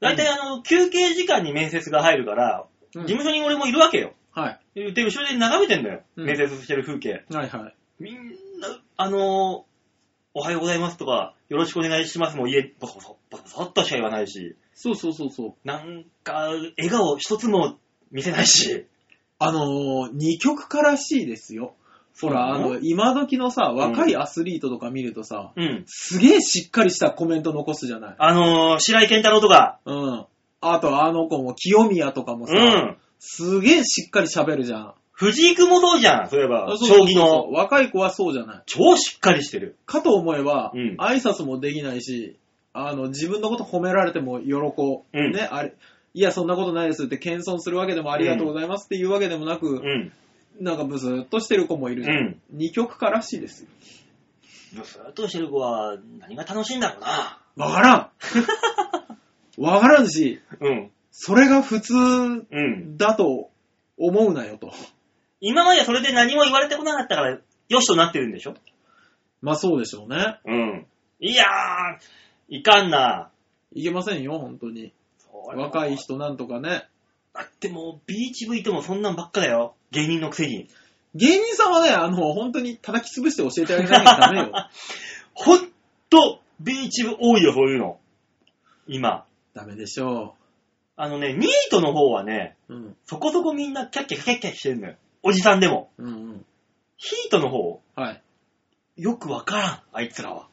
B: だいたいあの、休憩時間に面接が入るから、
A: う
B: 事
A: ん
B: 務所に俺もいるわけよ。
A: はい。
B: で、後ろで眺めてんだよ。
A: うん
B: 面接してる風景。
A: はいはい。
B: みんな、あのーおはようございますとか、よろしくお願いしますも家、ボソボソ、ボソボソっとしか言わないし、
A: そうそうそうそう。
B: なんか、笑顔一つも見せないし。
A: あのー、二極化らしいですよ。ほら、あの、今時のさ、若いアスリートとか見るとさ、
B: うん。
A: すげえしっかりしたコメント残すじゃない。
B: あのー白井健太郎とか、
A: うん。あと、あの子も、清宮とかもさ、
B: うん。
A: すげえしっかり喋るじゃん。
B: 藤井君もそうじゃん、そういえば
A: あ、
B: 将棋の。。
A: 若い子はそうじゃない。
B: 超しっかりしてる。
A: かと思えば、
B: うん
A: 挨拶もできないし、あの、自分のこと褒められても喜ぶ。
B: うん
A: ね、あれ、いや、そんなことないですって謙遜するわけでもありがとうございますっていうわけでもなく、
B: うん。
A: なんかブスっとしてる子もいるじゃん。
B: うん
A: 二極化らしいですよ。
B: ずっとしてる子は、何が楽しいんだろうな。
A: わからんわからんし、
B: うん。
A: それが普通
B: うん。
A: だと思うなよと。
B: 今まではそれで何も言われてこなかったから、よしとなってるんでしょ
A: まあそうでしょうね。
B: うん。いやー、いかんな。
A: いけませんよ、本当に。
B: それは
A: 若い人なんとかね、
B: だってもう、ビーチ部いてもそんなんばっかだよ。芸人のくせに。
A: 芸人さんはね、あの、本当に叩き潰して教えてあげないとダメよ。
B: ほんと、ビーチ部多いよ、そういうの。今。
A: ダメでしょ
B: あのね、ニートの方はね、
A: う。うん。
B: そこそこみんなキャッキャキャッキャしてるのよ。おじさんでも。
A: うんうん。
B: ヒートの方、
A: はい。
B: よくわからん、あいつらは。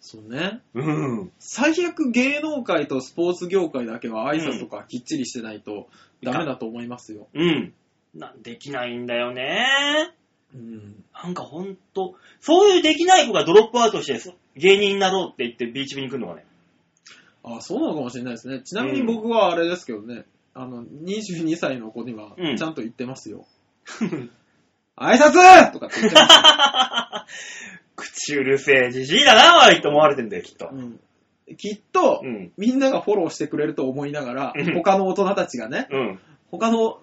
A: そうね。
B: うん。
A: 最悪芸能界とスポーツ業界だけは挨拶とかきっちりしてないとダメだと思いますよ。
B: うん。な、できないんだよね。
A: うん。
B: なんかほんと、そういうできない子がドロップアウトして、そ芸人になろうって言ってビーチ部に来るのがね。
A: あそうなのかもしれないですね。ちなみに僕はあれですけどね、あの、22歳の子には
B: うん
A: ちゃんと言ってます よ。挨拶とかって言って ます。
B: 口うるせえ、じじいだな、おいって思われてんだよ、きっと。
A: うん、きっと、
B: うん。
A: みんながフォローしてくれると思いながら
B: うん、
A: 他の大人たちがね、
B: うん。
A: 他の、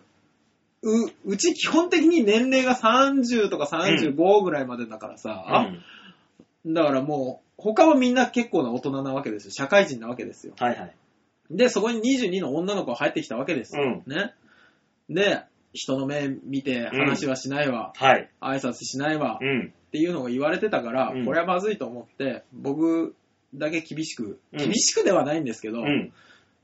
A: う、うち基本的に年齢が30とか35ぐらいまでだから
B: あ、
A: さ、だからもう、他はみんな結構な大人なわけですよ。社会人なわけですよ。
B: はいはい。
A: で、そこに22の女の子が入ってきたわけですよ。ね。で、人の目見て話はしないわ、
B: はい。
A: 挨拶しないわ、
B: うん。
A: っていうのを言われてたから、
B: うん
A: これはまずいと思って、僕だけ厳しく、
B: うん
A: 厳しくではないんですけど、
B: うん。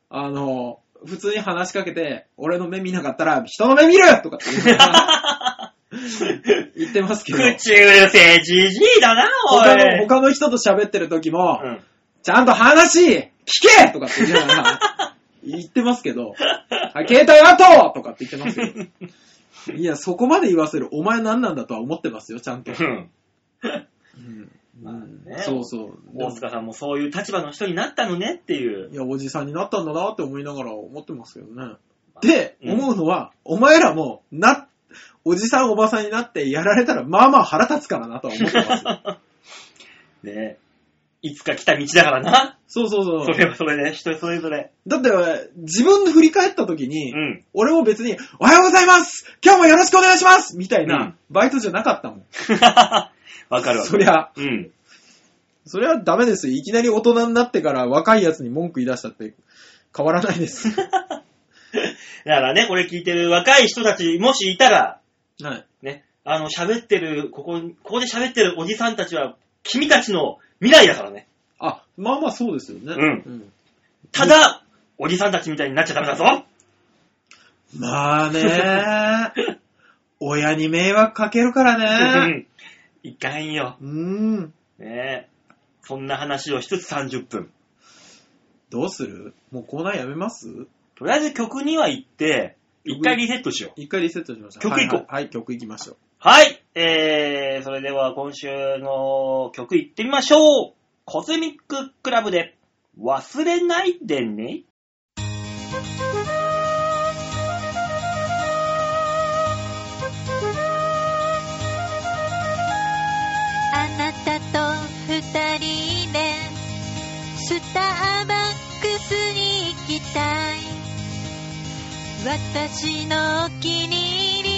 A: あの、普通に話しかけて、俺の目見なかったら、人の目見るとかって言いなが ら 言ってますけ
B: 口う
A: ど、
B: るせえ、じじいだな、お
A: 他の
B: い。
A: 他の人と喋ってる時も、
B: うん。
A: ちゃんと話聞けとかって言いなが ら、言ってますけど、はい、携帯あととかって言ってます けど、いや、そこまで言わせる、お前何なんだとは思ってますよ、ちゃんと。
B: うん
A: うん
B: まあね
A: そうそう。
B: 大塚さんもそういう立場の人になったのねっていう。
A: いや、おじさんになったんだなって思いながら思ってますけどね。
B: あ
A: で、
B: うん
A: 思うのは、お前らも、な、おじさんおばさんになってやられたら、まあまあ腹立つからなとは思ってます よ。
B: ねいつか来た道だからな。
A: そうそうそう
B: そ。れはそれで、人それぞれ。
A: だって、自分で振り返った時に、
B: うん。
A: 俺も別に、おはようございます今日もよろしくお願いしますみたいな、
B: うん
A: バイトじゃなかったもん。
B: わかるわ。
A: そりゃ、
B: うん。
A: そりゃダメですよ。いきなり大人になってから若いやつに文句言い出したって変わらないです。
B: だからね、これ聞いてる若い人たち、もしいたら、
A: はい。
B: ね、あの、喋ってる、ここ、ここで喋ってるおじさんたちは、君たちの未来だからね。
A: あ、まあまあそうですよね。
B: うん
A: うん
B: ただ、おじさんたちみたいになっちゃダメだぞ
A: まあね 親に迷惑かけるから
B: う
A: ね。
B: んいかんよ。
A: うん。
B: ねえ。そんな話をしつつ30分。
A: どうするもうコーナーやめます
B: とりあえず曲には行って、一回リセットしよう。
A: 一回リセットしましょう。
B: 曲行こう
A: はいはい、はい曲行きましょう。
B: はい。えー、それでは今週の曲行ってみましょう。コズミッククラブで忘れないでね。
C: あなたと二人でスターバックスに行きたい私のお気に入り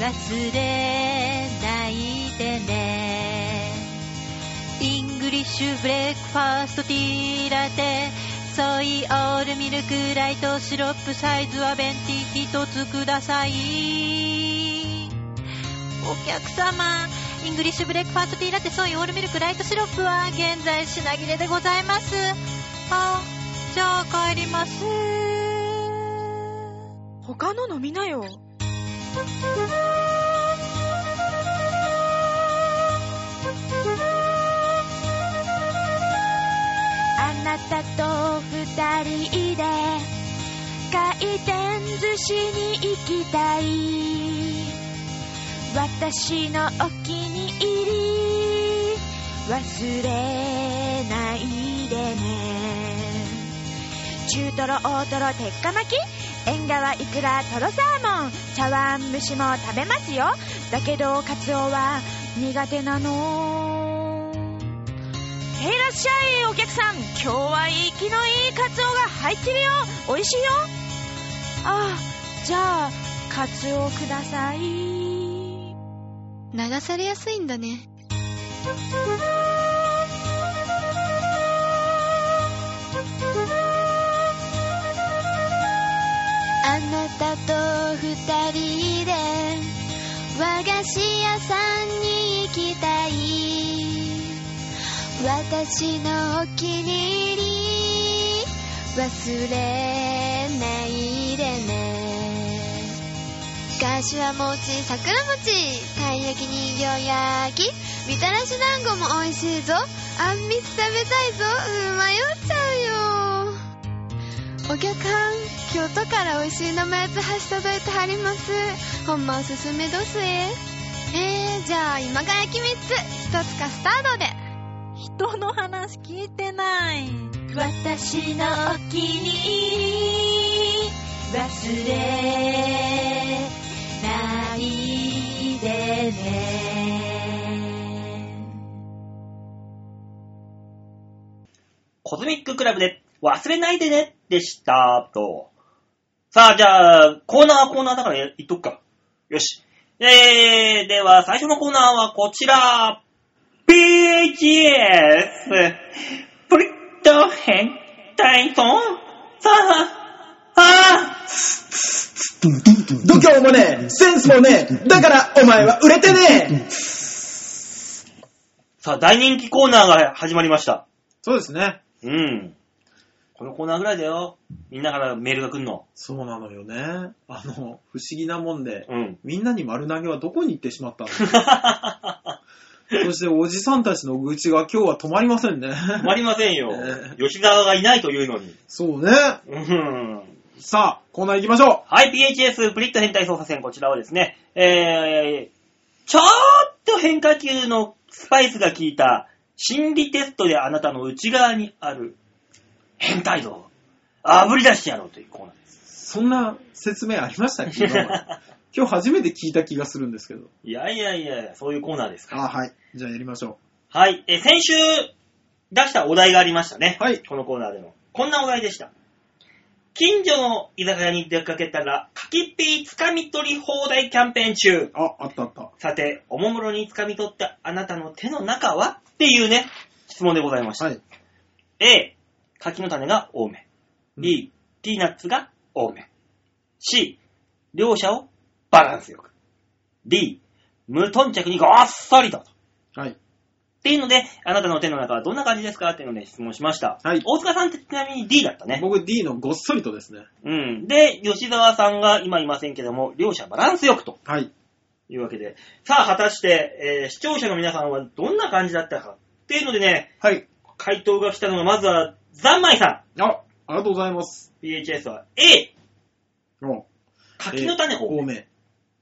C: 忘れないでねイングリッシュブレックファーストティーラテソイオールミルクライトシロップサイズはベンティ一つくださいお客様、イングリッシュブレックファーストティーラテソイオールミルクライトシロップは現在品切れでございます。あ、じゃあ帰ります。
D: 他の飲みなよ。
C: あなたと二人で回転寿司に行きたい私のお気に入り忘れないでね中トロ大トロ鉄火巻き縁側いくらトロサーモン茶碗蒸しも食べますよだけどカツオは苦手なのいらっしゃいお客さん今日は息のいいカツオが入ってるよ美味しいよああじゃあカツオください
D: 流されやすいんだね。
C: あ
D: 菓子屋さんに行きたい私のお気に入り忘れないでね柏餅桜餅たい焼き人形焼きみたらし団子も美味しいぞあんみつ食べたいぞうん迷っちゃうよお客さん京都から美味しい生八つ橋届いてはりますほんまおすすめどすええー、じゃあ今が焼き3つ1つカスタードで
C: 人の話聞いてない私のお気に入り忘れないでね
B: コズミッククラブで忘れないでねでした、と。さあ、じゃあ、コーナーはコーナーだから言っとくか。よし。えー、では最初のコーナーはこちら。BGS! プリッと変態と、さあ、あ
E: 度胸もねえ、センスもねえ、だからお前は売れてねえ
B: さあ、大人気コーナーが始まりました。
A: そうですね。
B: うん。このコーナーぐらいだよ。みんなからメールが来んの。
A: そうなのよね。あの、不思議なもんで、
B: うん。
A: みんなに丸投げはどこに行ってしまったの そしておじさんたちの愚痴が今日は止まりませんね。
B: 止まりませんよ
A: え。
B: 吉沢がいないというのに。
A: そうね。
B: うん。
A: さあ、コーナー行きましょ
B: はい、PHS プリット変態操作戦、こちらはですね、えー、ちょーっと変化球のスパイスが効いた心理テストであなたの内側にある変態像を炙り出してやろうというコーナーです。
A: う。そんな説明ありましたっ け今まで今日初めて聞いた気がするんですけど。
B: いやいやいやいや、そういうコーナーですから。
A: あはい。じゃあやりましょ
B: はい、えー先週出したお題がありましたね。
A: はい
B: このコーナーでも。こんなお題でした。近所の居酒屋に出かけたら、かきっぴーつかみ取り放題キャンペーン中。
A: う。あ、あったあった。
B: さて、おもむろに掴み取ったあなたの手の中はっていうね、質問でございました。
A: はい。
B: A、柿の種が多め。
A: うん
B: B、ピーナッツが多め。C、両者をバランスよく。D、無頓着にごっそりと。っ
A: はい。
B: ていうので、あなたの手の中はどんな感じですかっていうので質問しました。
A: はい
B: 大塚さんってちなみに D だったね。
A: 僕 D のごっそりとですね。
B: うん。で、吉沢さんが今いませんけども、両者バランスよくと。
A: はい。
B: というわけで、さあ、果たして、えー視聴者の皆さんはどんな感じだったかっていうのでね、
A: はい。
B: 回答が来たのが、まずは、ざんまいさ
A: あ、ありがとうございます。
B: ん。PHS は A、
A: お
B: 柿の種
A: 多
B: を。
A: め。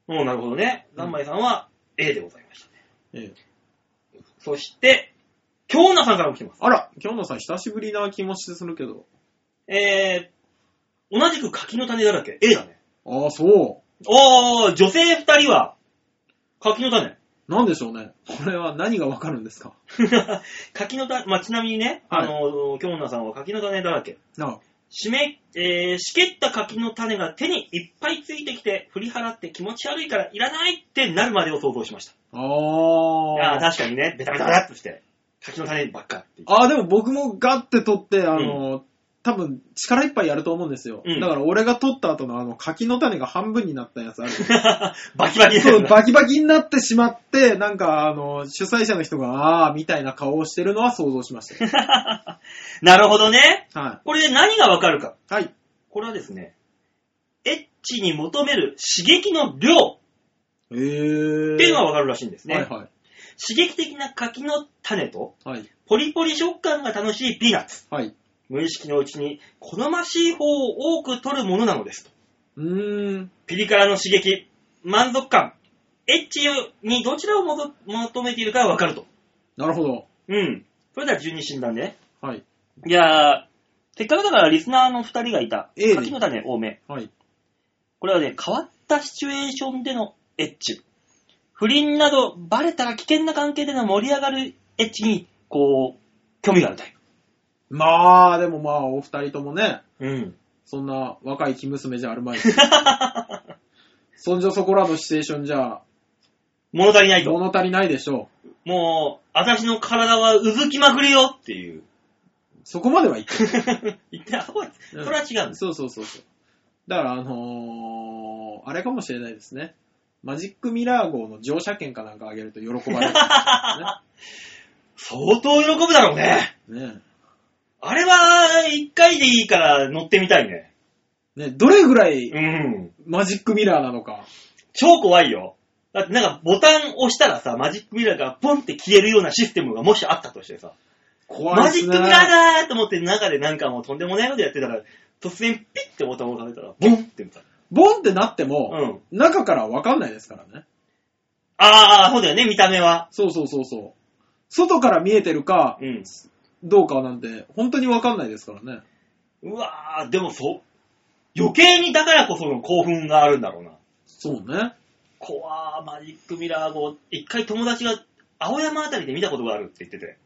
B: おうなるほどね。ざんまいさんは A でございましたね。
A: ええ
B: そして、京奈さんからも来てます。
A: あら、今日のさん久しぶりな気もしてするけど。
B: えー、同じく柿の種だらけ。A だね。
A: ああ、そう。
B: おー、女性二人は、柿の種。
A: なんでしょうね。これは何がわかるんですか
B: 柿の種、まあ、ちなみにね、あ
A: はい
B: の、京奈さんは柿の種だらけ。
A: なあ
B: 湿め、えー、しけった柿の種が手にいっぱいついてきて、振り払って気持ち悪いからいらないってなるまでを想像しました。ああー、
A: あー
B: 確かにね、ベタベタベタっとして、柿の種ばっかっていう。
A: あー、でも僕もガッて取って、あの、多分力いっぱいやると思うんですよ。
B: うん
A: だから俺が取った後のあの柿の種が半分になった やつある。
B: バキバキです
A: そう、バキバキになってしまって、なんかあの、主催者の人が、あーみたいな顔をしてるのは想像しました よ。
B: なるほどね。
A: は
B: これで何がわかるか。
A: い。はい。
B: これはですね、エッチに求める刺激の量
A: えー。
B: っていうのがわかるらしいんですね。
A: はいはい。
B: 刺激的な柿の種と、
A: はい。
B: ポリポリ食感が楽しいピーナッツ。
A: はい。
B: 無意識のうちに好ましい方を多く取るものなのですと。
A: うーん。
B: ピリ辛の刺激、満足感、エッチにどちらをもぞ求めているかわかると。
A: なるほど。
B: うん。それでは12診断で。
A: はい。
B: いやー、せっかくだからリスナーの2人がいた。
A: ええ
B: 柿の種多め。
A: はい。
B: これはね、変わったシチュエーションでのエッチ。不倫など、バレたら危険な関係での盛り上がるエッチに、こう、興味があるタイ
A: まあ、でもまあ、お二人ともね、
B: プ。うん。
A: そんな若い生娘じゃあるまい し。そんじょそこらのシチュエーションじゃ、
B: 物足りないと。
A: 物足りないでしょ
B: もう、私の体はうずきまくるよって いう。
A: う。そこまではいっ
B: 言って、あ、これ、それは違うんです。
A: そうそうそうそう。だから、あのー、あれかもしれないですね。マジックミラー号の乗車券かなんかあげると喜ば れる。
B: 相当喜ぶだろうね。
A: ね
B: あれは、一回でいいから乗ってみたいね。
A: ねどれぐらい
B: うん。
A: マジックミラーなのか。
B: 超怖いよ。だってなんかボタン押したらさ、マジックミラーがポンって消えるようなシステムがもしあったとしてさ、
A: 怖い
B: マ
A: っ
B: ジ
A: す
B: ッ
A: ね。
B: クミラーだーと思って中でなんかもうとんでもないことやってたら、突然ピッてボタンを押されたら、ボンってさ。
A: ボンってなって
B: う
A: も、
B: ん。
A: 中からはわかんないですからね。
B: あー、そうだよね、見た目は。
A: そうそうそうそう。外から見えてるか
B: う、ん。
A: どうかなんて、本当にわかんないですからね。
B: うわー、でもそう。余計にだからこその興奮があるんだろうな。
A: そうね。
B: 怖ー、マジックミラー号。一回友達が青山あたりで見たことがあるって言ってて。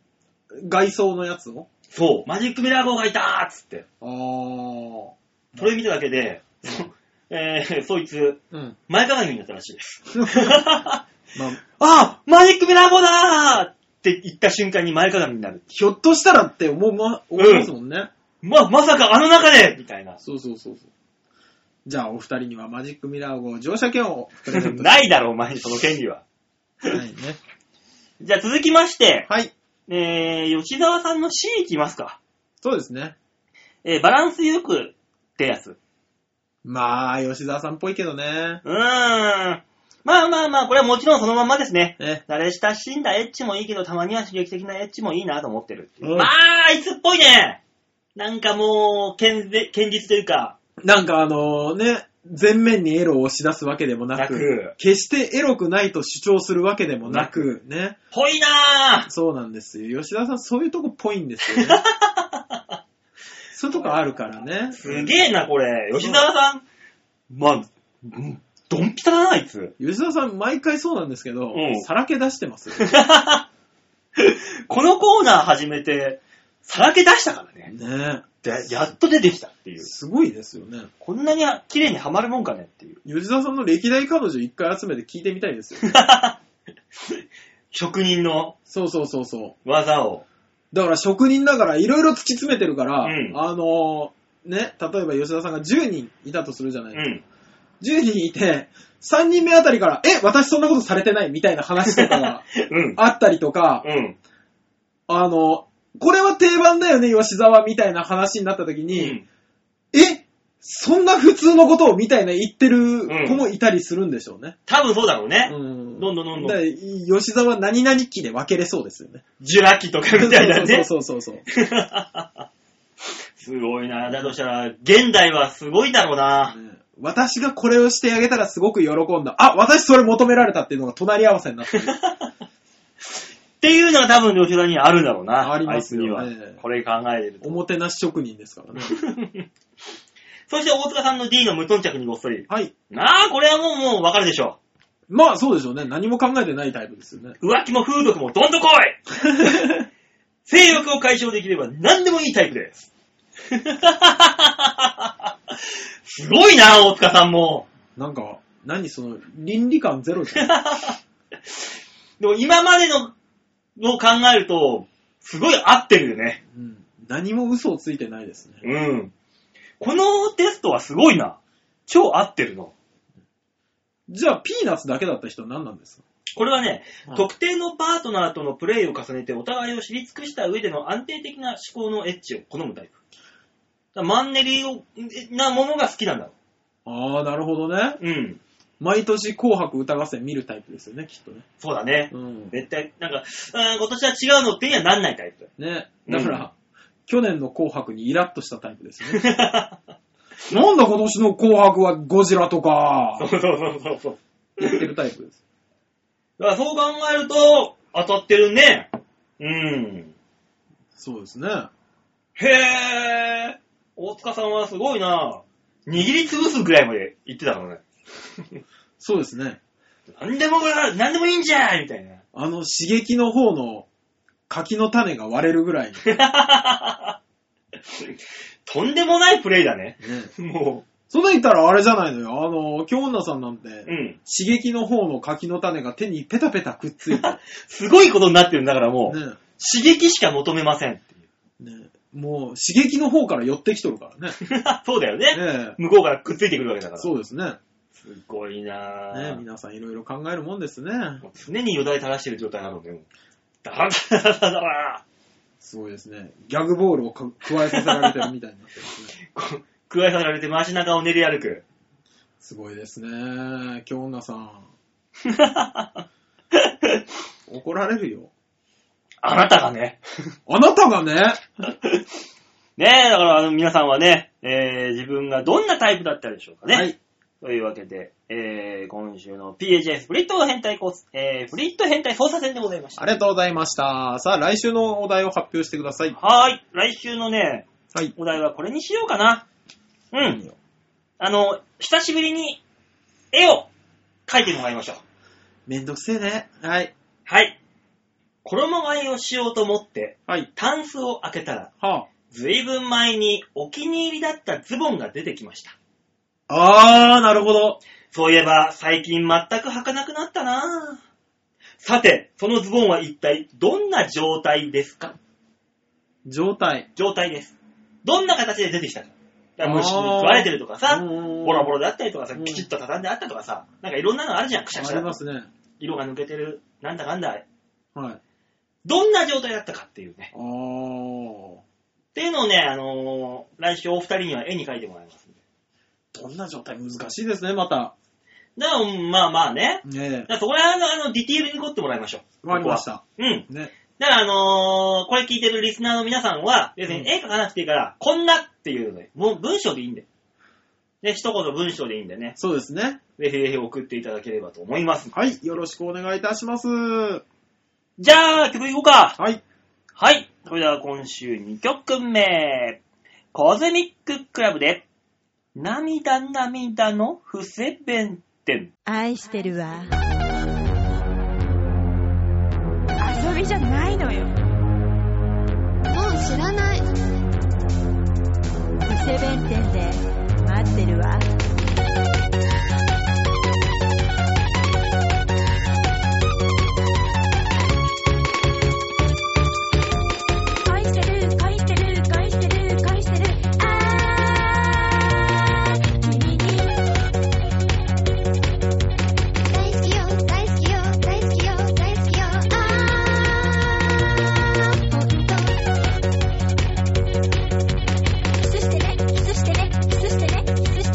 A: 外装のやつを。
B: そう、マジックミラー号がいたーっつって。
A: あー。
B: それ見ただけで、そえー、そいつ、
A: うん。
B: 前かがみになったらしいです。
A: まあ、
B: あマジックミラー号だーって言った瞬間に前かがみになる。
A: ひょっとしたらって思う、ま、思いますもんね。
B: ま、まさかあの中でみたいな。
A: そうそうそうそう。じゃあ、お二人にはマジックミラー号乗車券をプレ ゼント
B: ないだろ、お前にその権利は。
A: ないね。
B: じゃあ続きまして、
A: はい。
B: えー、吉沢さんの C いきますか。
A: そうですね。
B: えー、バランスよくってやつ。
A: まあ、吉沢さんっぽいけどね。
B: うーん。まあまあまあ、これはもちろんそのまんまですね。
A: ね。
B: 慣れ親しんだエッチもいいけど、たまには刺激的なエッチもいいなと思ってるっていう
A: うん
B: まあ、あいつっぽいね。なんかもう、堅実堅実というか、
A: なんかあのね、全面にエロを押し出すわけでもな
B: な
A: く、
B: く
A: 決してエロくないと主張するわけでもなく、ね。
B: ぽいなぁ。
A: そうなんですよ。吉田さん、そういうとこっぽいんです よね。そういうとこあるからね。
B: すげえな、これ。吉沢さん。まあ、うんドンピタだな、あいつ。
A: 吉田さん、毎回そうなんですけど、
B: うん
A: さらけ出してますよ。
B: このコーナー始めて、さらけ出したからね。
A: ね
B: でやっと出てきたっていう。
A: すごいですよね。
B: こんなに綺麗にはまるもんかねっていう。
A: 吉田さんの歴代彼女一回集めて聞いてみたいですよ。
B: 職人の
A: そうそうそうそう。
B: 技を。
A: だから職人だからいろいろ突き詰めてるから、
B: うん
A: あのーね、例えば吉田さんが10人いたとするじゃな
B: う
A: い、
B: ん。
A: 10人いて、3人目あたりから、え、私そんなことされてないみたいな話とかが
B: うん。
A: あったりとか
B: う、ん。
A: あの、これは定番だよね、吉沢みたいな話になった時
B: う
A: に、
B: ん。
A: え、そんな普通のことをみたいな言ってる子もいたりするんでしょうね。
B: 多分そうだろうね。
A: うん。
B: どんどんどんど
A: だ
B: ん。
A: から吉沢何々期で分けれそうですよね。
B: ジュラ紀とかみたいなね。
A: そうそうそうそう。
B: すごいな。だとしたら、現代はすごいだろうな。
A: ね私がこれをしてあげたらすごく喜んだ。あ、私それ求められたっていうのが隣り合わせに なってる。
B: っていうのが多分吉田にはあるだろうな。
A: ありますよ
B: あいつに
A: え
B: は。
A: え
B: これ考えてると。
A: おもてなし職人ですからね。
B: そして大塚さんの D の無頓着にごっそり。
A: はい。
B: なあ、これはもう、もうわかるでしょ
A: まあそうでしょうね。何も考えてないタイプですよね。
B: う。浮気も風俗もどんどこい性欲を解消できれば何でもいいタイプ です。すごいな、大塚さんも。
A: なんか、何その、倫理観ゼロじゃん。
B: でも今までのを考えると、すごい合ってるよね。
A: うん、何も嘘をついてないですね。
B: うん。このテストはすごいな。超合ってるの。
A: じゃあ、ピーナッツだけだった人は何なんですか
B: これはね、
A: うん
B: 特定のパートナーとのプレイを重ねてお互いを知り尽くした上での安定的な思考のエッチを好むタイプ。だからマンネリをなものが好きなんだろ
A: ああ、なるほどね。
B: う。うん。
A: 毎年紅白歌合戦見るタイプですよね、きっとね。
B: そうだね。
A: うん。
B: 絶対、なんか、うん今年は違うのってにはなんないタイプ。
A: ね。だから、
B: うん
A: 去年の紅白にイラッとしたタイプですよね。なんだ今年の紅白はゴジラとか
B: そう、そうそうそうそう。
A: 言ってるタイプです。
B: だからそう考えると、当たってるね。うん。
A: そうですね。
B: へぇー。大塚さんはすごいな握りつぶすぐらいまで言ってたのね。
A: そうですね。
B: なんでも、なんでもいいんじゃいみたいな。
A: あの、刺激の方の柿の種が割れるぐらいに、 ね。
B: とんでもないプレイだね。も
A: そんな言ったらあれじゃないのよ。あの、京女さんなんて、
B: う、うん。
A: 刺激の方の柿の種が手にペタペタくっつ いて、ね
B: すごいことになってるんだからもう、刺激しか求めませんっていう。
A: ねもう 刺激の方から寄ってきとるからね。
B: そうだよね。
A: ね
B: 向こうからくっついてくるわけだから。
A: そうですね。
B: すごいな
A: ね
B: ぁ。
A: 皆さんいろいろ考えるもんですね。
B: もう常によだれ垂らしてる状態なので、もう。だらだらだらだら
A: すごいですね。ギャグボールをか加えさせられてるみたいになってますね。
B: こう食わされて街中を練り歩く。
A: すごいですね。京女さん。怒られるよ。
B: あなたがね。
A: あなたがね、
B: ねえ、だからあの皆さんはね、えー自分がどんなタイプだったでしょうかね。
A: はい。
B: というわけで、えー今週の PHS フリット変態コース、えーフリット変態操作戦でございました。
A: ありがとうございました。さあ、来週のお題を発表してください。
B: はーい。来週のね、
A: はい。
B: お題はこれにしようかな。うん。あの、久しぶりに絵を描いてもらいましょう。
A: めんどくせえね。はい。
B: はい。衣替えをしようと思って、
A: はい。
B: タンスを開けたら、
A: は
B: ずいぶん前にお気に入りだったズボンが出てきました。
A: あ。あー、なるほど。
B: そういえば、最近全く履かなくなったなぁさて、そのズボンは一体どんな状態ですか
A: 状態。
B: 状態です。どんな形で出てきたか。だから虫に食われてるとか
A: う
B: さ、
A: ん
B: ボロボロであったりとかさ、
A: うん
B: きちっと畳んであったとかさ、なんかいろんなのあるじゃん、くしゃく
A: あ
B: しゃ
A: り。ますね。
B: 色が抜けてる、なんだかんだ。
A: はい。
B: どんな状態だったかっていうね。
A: あー。
B: っていうのをね、あのー来週お二人には絵に描いてもらいますんで。
A: どんな状態難しいですね、また。
B: だから、うんまあまあね。
A: ね
B: だからそこら辺のあのディティールに凝ってもらいましょう。
A: わかりました。
B: ここは。うん。
A: ね。
B: だから、あのーこれ聞いてるリスナーの皆さんは、別に絵描かなくていいから、こんなっていうので、もう文章でいいんで。で、一言文章でいいんでね、
A: そうですね。
B: ぜひぜひ送っていただければと思います。
A: はい。よろしくお願いいたします。は
B: じゃあ、曲いこうか。
A: い。
B: はい。それでは今週2曲目。コズミッククラブで、涙涙の不正弁天。
C: 愛してるわ遊びじゃないのよ
D: もう知らない。
C: 伊勢弁天で待ってるわ恋してる恋してる恋してる恋してるあー君に
D: 大好きよ、大好きよ、大好きよ、大好きよ。あー、ほんと。
C: キスしてねキスしてねキス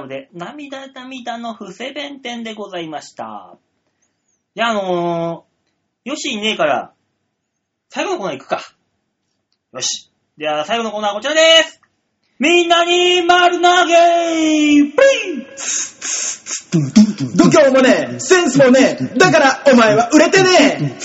B: ムで、涙涙の伏せ弁天でございました。じゃあ、あのー、よしいねえから、最後のコーナー行くか。よし。では、最後のコーナーはこちらです。みんなに丸投げピン
E: 度胸もねえ、センスもねえ、だからお前は売れてね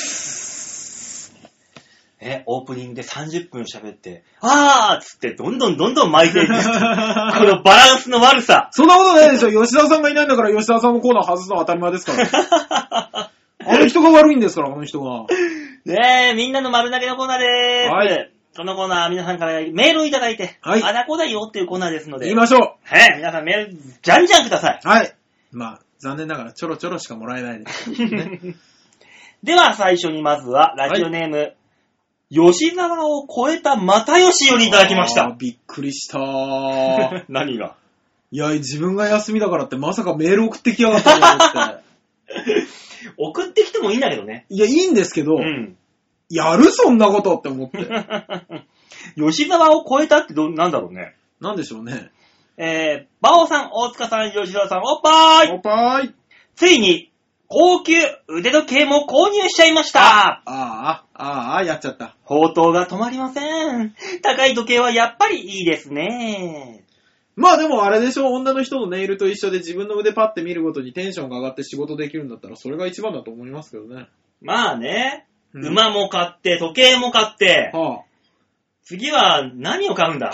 B: え、オープニングで30分喋って、あーっつって、どんどんどんどん巻い ていく。このバランスの悪さ。
A: そんなことないでしょ。吉田さんがいないんだから吉田さんのコーナー外すのは当たり前ですから。あの人が悪いんですから、あの人が。
B: ねえ、みんなの丸投げのコーナーでーす。
A: はい
B: このコーナーは皆さんからメールをいただいて、
A: はい
B: あだこだよっていうコーナーですので、
A: 言いましょ
B: はい、皆さんメール、じゃんじゃんくださ い。
A: う。はい。まあ、残念ながらちょろちょろしかもらえないですけどね。
B: では最初にまずは、ラジオネーム、吉沢を超えた又吉よりいただきまし
A: あー
B: た。。
A: びっくりしたー
B: 何が
A: いや、自分が休みだからってまさかメール送ってきやがったと思って。
B: 送ってきてもいいんだけどね。
A: いや、いいんですけど、
B: うん。
A: やるそんなことって思って。
B: 吉沢を超えたってど、なんだろうね。
A: なんでしょうね。
B: えー、馬王さん、大塚さん、吉沢さん、おっぱーい
A: おっぱい
B: ついに、高級腕時計も購入しちゃいました
A: ああ、ああ、やっちゃった。
B: 宝刀が止まりません。高い時計はやっぱりいいですね。
A: まあでもあれでしょ、女の人のネイルと一緒で自分の腕パッて見るごとにテンションが上がって仕事できるんだったらそれが一番だと思いますけどね。
B: まあね、
A: うん
B: 馬も買って、時計も買って、
A: はあ、
B: 次は何を買 うんだ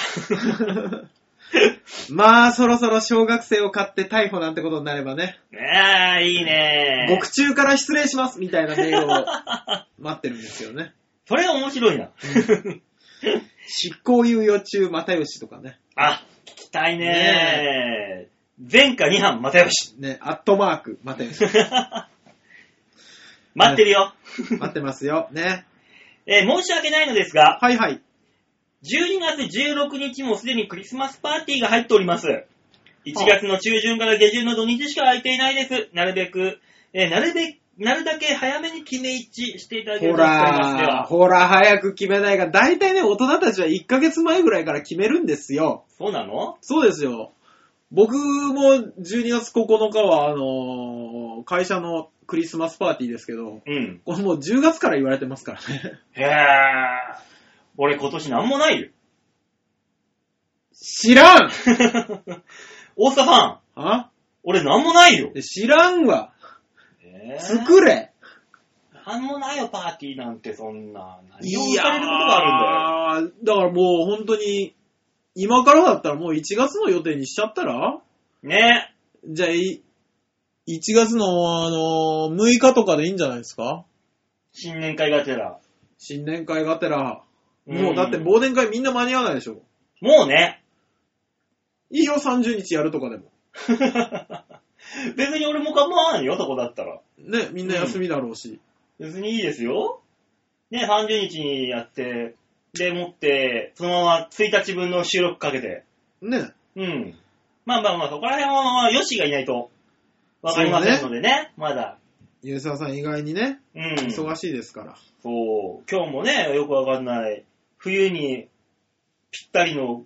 A: まあそろそろ小学生を買って逮捕なんてことになればね、
B: ねえ、いいね
A: 獄中から失礼しますみたいなメール を待ってるんですよね。
B: それ面白いな。
A: 執行猶予中、又吉とかね。
B: あ、聞きたいね前科2班、又吉。
A: ね、アットマーク、又吉。
B: 待ってるよ。
A: 待ってますよ。ね。
B: えー申し訳ないのですが、
A: はいはい。
B: 12月16日もすでにクリスマスパーティーが入っております。1月の中旬から下旬の土日しか空いていないです。なるべく、えーなるべなるだけ早めに決め一致していただけ
A: ほ
B: ればと思います。で
A: ら、
B: は、
A: ほら、早く決めないが、大体ね、大人たちは1ヶ月前ぐらいから決めるんですよ。
B: そうなの
A: そうですよ。僕も12月9日は、あのー会社のクリスマスパーティーですけど、
B: うん。
A: これもう10月から言われてますからね。
B: へぇー。俺今年なんもないよ。
A: 知らん
B: 大阪さん、
A: あ
B: 俺なんもないよ。
A: 知らんわ
B: え
A: 作れ
B: なんもないよ、パーティーなんてそんな。何を
A: い
B: 聞かれることがあ
A: やーだからもう本当に、今からだったらもう1月の予定にしちゃったら
B: るんだよ。ね
A: じゃあ、い1月の、あのー6日とかでいいんじゃないですか
B: 新年会がてら。
A: 新年会がてら。
B: うん
A: もうだって忘年会みんな間に合わないでしょ。
B: もうね。
A: いいよ、30日やるとかでも。
B: 別に俺も構わないよ、そこだったら。
A: ね、みんな休みだろうし。
B: 別にいいですよ。ね、30日にやって、で、持って、そのまま1日分の収録かけて。
A: ね。
B: うん。まあまあまあ、そこら辺は、ヨシがいないと、わかりませんのでね、まだ。
A: 吉沢さん意外にね、
B: うん。そう。
A: 忙しいですから。
B: 今日もね、よくわかんない、冬にぴったりの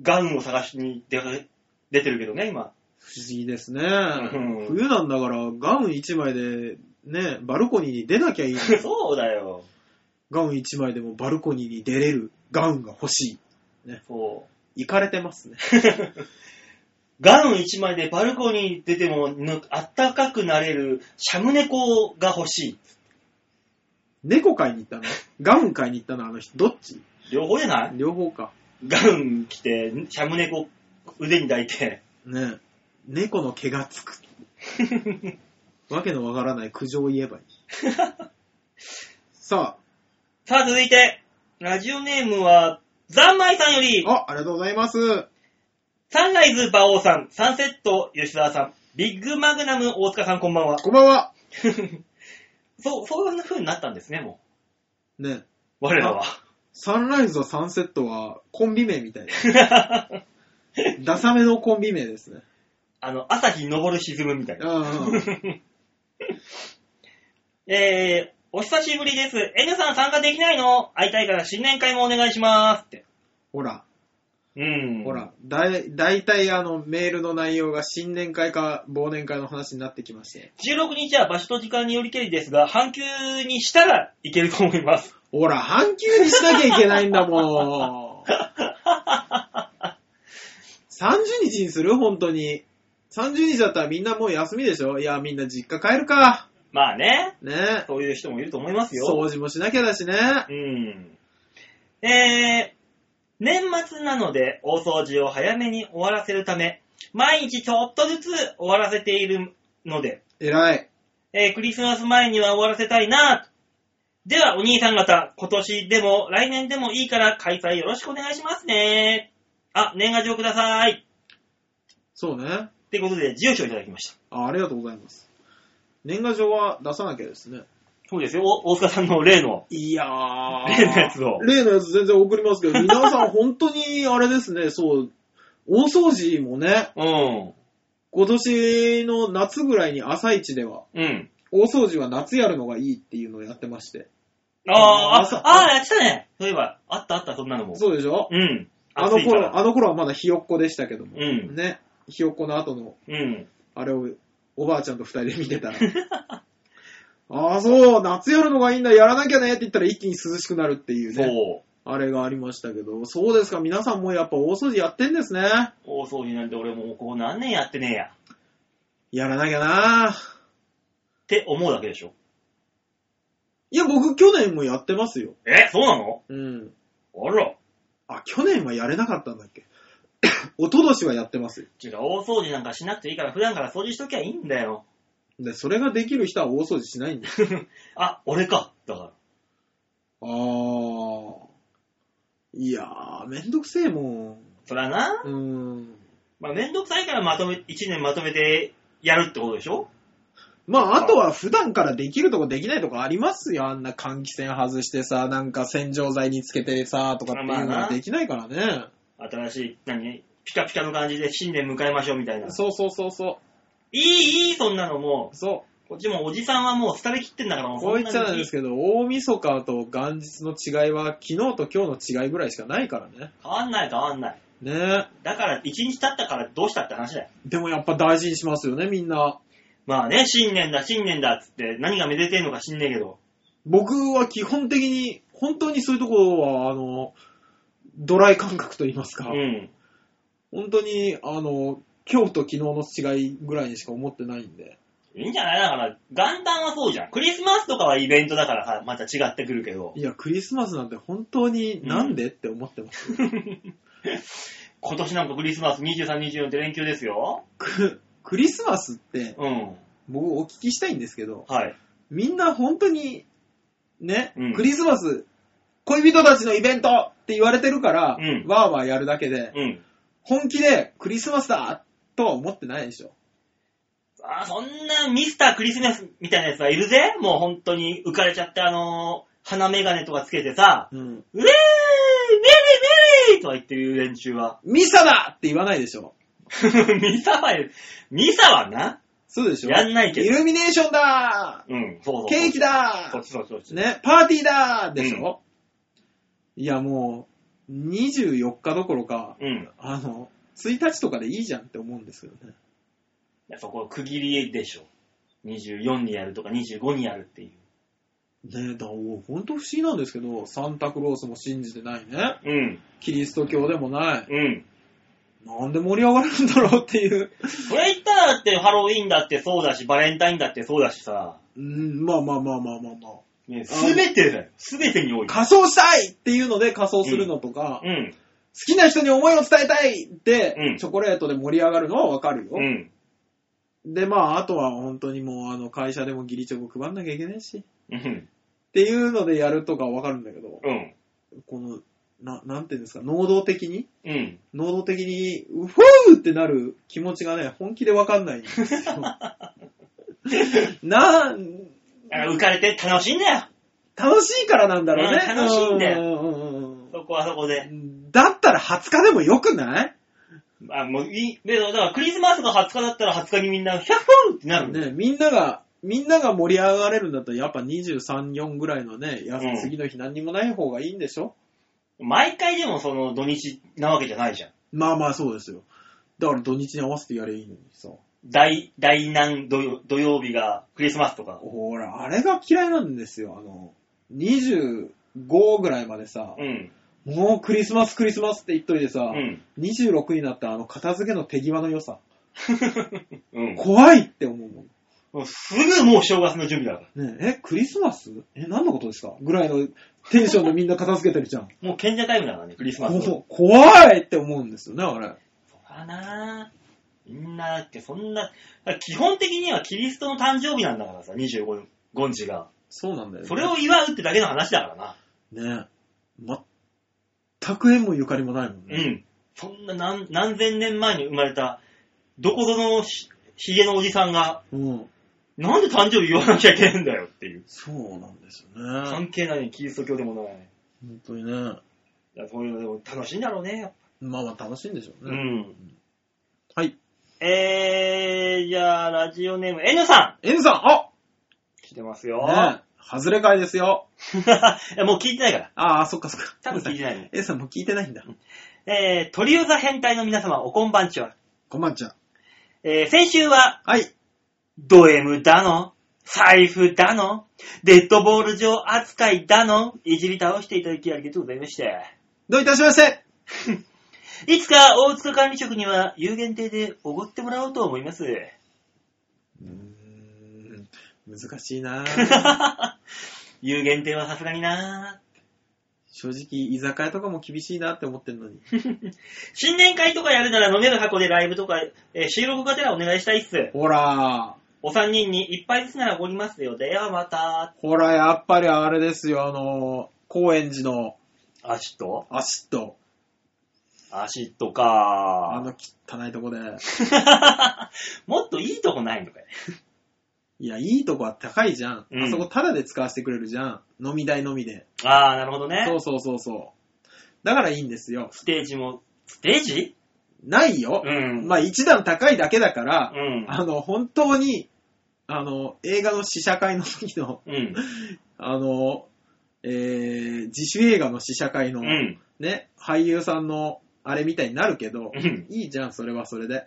B: ガウンを探しに出かけ出てるけどね、今。
A: 不思議ですね。
B: ん
A: 冬なんだから、ガウン1枚で、ね、バルコニーに出なきゃ いいのに
B: そうだよ。
A: ガウン1枚でもバルコニーに出れるガウンが欲し
B: そう。
A: い。いかれてますね。
B: ガウン一枚でバルコニーに出てもぬあったかくなれるシャム猫が欲しい。
A: 猫買いに行ったのガウン買いに行ったのあの人、どっち
B: 両方じゃない
A: 両方か。
B: ガウン着て、シャム猫腕に抱いて。
A: ね。猫の毛がつく。わけのわからない苦情を言えばいい。さ
B: さあ続いて、ラジオネームは、ザンマイさんより
A: あ、、あ、ありがとうございます。
B: サンライズ馬王さん、サンセット吉沢さん、ビッグマグナム大塚さんこんばんは。
A: こんばんは。
B: そう、そういう風になったんですね、も
A: ね。
B: う。我らは。
A: サンライズとサンセットはコンビ名みたいな。ダサめのコンビ名ですね。
B: あの、朝日昇る沈むみたいな。
A: う んうん。
B: えー、お久しぶりです。N さん参加できないの会いたいから新年会もお願いしますって。
A: ほら。
B: うん。
A: ほ。ら、だい、だいたいあの、メールの内容が新年会か忘年会の話になってきまして。
B: 16日は場所と時間によりけりですが、半休にしたらいけると思います。
A: ほら、半休にしなきゃいけないんだもん。30日にする本当に。30日だったらみんなもう休みでしょいや、みんな実家帰るか。
B: まあね、
A: ね。
B: そういう人もいると思いますよ。
A: 掃除もしなきゃだしね。
B: うん。えー、年末なので大掃除を早めに終わらせるため、毎日ちょっとずつ終わらせているので、
A: 偉い。
B: えークリスマス前には終わらせたいなぁでは、お兄さん方、今年でも来年でもいいから開催よろしくお願いしますね。あ、年賀状ください。
A: そうね。
B: ってことで、住所いただきました。
A: あありがとうございます。年賀状は出さなきゃですね。
B: そうですよ、お大塚さんの例の、
A: いやー。
B: 例のやつを。
A: 例のやつ全然送りますけど、皆さん本当にあれですね、そう、大掃除もね、
B: うん。
A: 今年の夏ぐらいに朝一では、
B: うん。
A: 大掃除は夏やるのがいいっていうのをやってまして。
B: あー
A: あそう
B: あ、あーやってたね。そういえば、あったあった、そんなのも。
A: そうでしょ
B: うん。
A: あの
B: 暑いから
A: 頃、あの頃はまだひよっこでしたけども、
B: うん。
A: ね、ひよっこの後の、
B: うん。
A: あれをおばあちゃんと二人で見て たら、ああ、そう、夏やるのがいいんだ、やらなきゃねって言ったら一気に涼しくなるっていう
B: そ
A: ね、
B: う。
A: あれがありましたけど、そうですか、皆さんもやっぱ大掃除やってんですね。
B: 大掃除なんて俺もうここ何年やってねえや。っ
A: やらなきゃな
B: て思うだけでしょ。
A: いや、僕、去年もやってますよ。
B: え、そうなの
A: うん。
B: あら。
A: あ、去年はやれなかったんだっけ おととしはやってますよ。
B: 違う、大掃除なんかしなくていいから普段から掃除しときゃいいんだよ。
A: で、それができる人は大掃除しないんだよ。
B: あ、俺か。だから。
A: あー。いやー、めんどくせえも
B: そらな。
A: ん。うーん。
B: まあ、めんどくさいからまとめ、一年まとめてやるってことでしょ
A: まあ、あとは普段からできるとこできないとこありますよ。あんな換気扇外してさ、なんか洗浄剤につけてさ、とかっていうの
B: まあ
A: は
B: な
A: できないからね。
B: 新しい、何ピカピカの感じで新年迎えましょうみたいな。い
A: そうそうそうそ
B: い、いい、そんなのも。
A: う。そう
B: こっちもおじさんはもう廃れ切ってんだからも
A: う。
B: う
A: こう言っちゃ
B: そ
A: なんん
B: に
A: ですけど、大晦日と元日の違いは、昨日と今日の違いぐらいしかないからね。
B: 変わんない変わんない。
A: ね
B: だから一日経ったからどうしたって話だよ。
A: でもやっぱ大事にしますよね、みんな。
B: まあね、新年だ、新年だっつって、何がめでてんのか知んねえけど。
A: 僕は基本的に、本当にそういうところは、あの、ドライ感覚と言いますか、
B: うん。
A: 本当に、あの、今日と昨日の違いぐらいにしか思ってないんで。
B: いいんじゃないだから、元旦はそうじゃん。クリスマスとかはイベントだからさ、また違ってくるけど、
A: いや、クリスマスなんて本当になんで、って思ってます。
B: 今年なんかクリスマス23、24って連休ですよ。
A: ククリスマスって、
B: うん。
A: 僕お聞きしたいんですけど、
B: はい。
A: みんな本当に、ね、
B: うん
A: クリスマス、恋人たちのイベントって言われてるから、
B: うん
A: わーわーやるだけで、
B: うん。
A: 本気でクリスマスだとは思ってないでしょ。
B: あーそんなミスタークリスマスみたいなやつはいるぜ。もう本当に浮かれちゃって、あのー鼻メガネとかつけてさ、
A: うん。
B: ウェーイメリーメリーとか言ってる連中は。
A: ミサだって言わないでしょ。
B: ミサは、ミサはな、
A: そうでしょ。
B: やんないけ
A: イ
B: ど。
A: ルミネーションだ
B: うん、そうそうそう。
A: ーケーキだ
B: そっちそっちそっち。
A: ーね、パーティーだーでしょ、いやもう、24日どころか、
B: うん。
A: あの、1日とかでいいじゃんって思うんですけどね。
B: いやそこは区切りでしょ。24にやるとか25にやるっていう。
A: ねえ、だほんと不思議なんですけど、サンタクロースも信じてないね。
B: うん、
A: キリスト教でもない。
B: うん。
A: なんで盛り上がるんだろうっていう。
B: それ言ったらだってハロウィンだってそうだし、バレンタインだってそうだしさ、
A: うん、まあまあまあまあまあまあ。
B: ね、すべてだよ。すべてにおいて。
A: 仮装したいっていうので仮装するのとか、
B: うん、
A: 好きな人に思いを伝えたいって、
B: うん
A: チョコレートで盛り上がるのはわかるよ。
B: うん。
A: で、まあ、あとは本当にもう、あの、会社でもギリチョコ配んなきゃいけないし、っ
B: うん、
A: ていうのでやるとかはわかるんだけど、
B: うん、
A: この、な、なんていうんですか、能動的に
B: うん。
A: 能動的に、うふーってなる気持ちがね、本気でわかんないんですよ。 なん、
B: だから浮かれて楽しいんだよ。
A: 楽しいからなんだろうね。
B: うん楽しいんだよ
A: うんうんうん
B: そこはそこ
A: う
B: で。
A: ん。だったら20日でもよくない
B: あ、もういい。で、だからクリスマスが20日だったら20日にみんな、ヒャッフンってなるんだよ。
A: ね、みんなが、みんなが盛り上がれるんだったら、やっぱ23、4ぐらいのね、や
B: うん
A: 次の日何にもない方がいいんでしょ
B: 毎回でもその土日なわけじゃないじゃん。
A: まあまあそうですよ。だから土日に合わせてやればいいのにさ。
B: 大、大難土曜土曜日がクリスマスとか。
A: ほら、あれが嫌いなんですよ。あの、25ぐらいまでさ、
B: うん。
A: もうクリスマスクリスマスって言っといてさ、
B: うん。
A: 26になったあの片付けの手際の良さ、
B: うん。
A: 怖いって思うもん。
B: もうすぐもう正月の準備だから。
A: ねえ、えクリスマスえ、何のことですかぐらいのテンションでみんな片付けてるじゃん。
B: もう賢者タイムだからね、クリスマスの。
A: こ怖いって思うんですよね、あれ。
B: かなぁ。みんな、ってそんな、基本的にはキリストの誕生日なんだからさ、25日が。
A: そうなんだよ、ね。
B: それを祝うってだけの話だからな。
A: ねえ。全く縁もゆかりもないもん
B: う
A: ね。
B: ん。そんな何何千年前に生まれた、どこぞのひひげのおじさんが、
A: うん。
B: なんで誕生日言わなきゃいけないんだよっていう。
A: そうなんですよね。
B: 関係ないキリスト教でもない。
A: 本当にね。
B: だからそういうのでも楽しいんだろうね。
A: まあまあ楽しいんでしょう
B: う
A: ね。
B: ん。
A: はい。
B: えー、じゃあ、ラジオネーム、N さ
A: N さん、あ
B: ん来てますよ。
A: ねえ、外れ会ですよ。
B: いやもう聞いてないから。
A: ああ、そっかそっか。
B: 多分聞いてない ね
A: N さんもう聞いてないんだ。
B: えー、トリオザ変態の皆様、おこんばんちは。
A: こんばんちゃん。
B: えー、先週は、
A: はい。
B: ド M だの、財布だの、デッドボール上扱いだの、いじり倒していただきありがとうございました。
A: どういたしまして
B: いつか大塚管理職には有限定でおごってもらおうと思います。
A: うーん、難しいな
B: 有限定はさすがにな
A: 正直、居酒屋とかも厳しいなって思ってるのに。
B: 新年会とかやるなら飲める箱でライブとか、えー収録がてらお願いしたいっす。
A: ほら
B: お三人に一杯ずつならおごりますよ。ではまた。
A: ほら、やっぱりあれですよ、あの、高円寺の
B: アシット
A: アシット。
B: アシット
A: あ
B: か
A: の汚いとこで。
B: もっといいとこないのかよ。
A: いや、いいとこは高いじゃん。
B: うん
A: あそこタダで使わせてくれるじゃん。飲み代のみで。
B: あー、なるほどね。
A: そうそうそうそう。だからいいんですよ。
B: ステージも、ステージ
A: ないよ。
B: うん
A: まあ、一段高いだけだか
B: う
A: ら、
B: ん。
A: あの、本当に、あの、映画の試写会の時の、
B: うん。
A: あの、えー、自主映画の試写会の、
B: うん。
A: ね、俳優さんの、あれみたいになるけど、
B: うん
A: いいじゃん、それはそれで。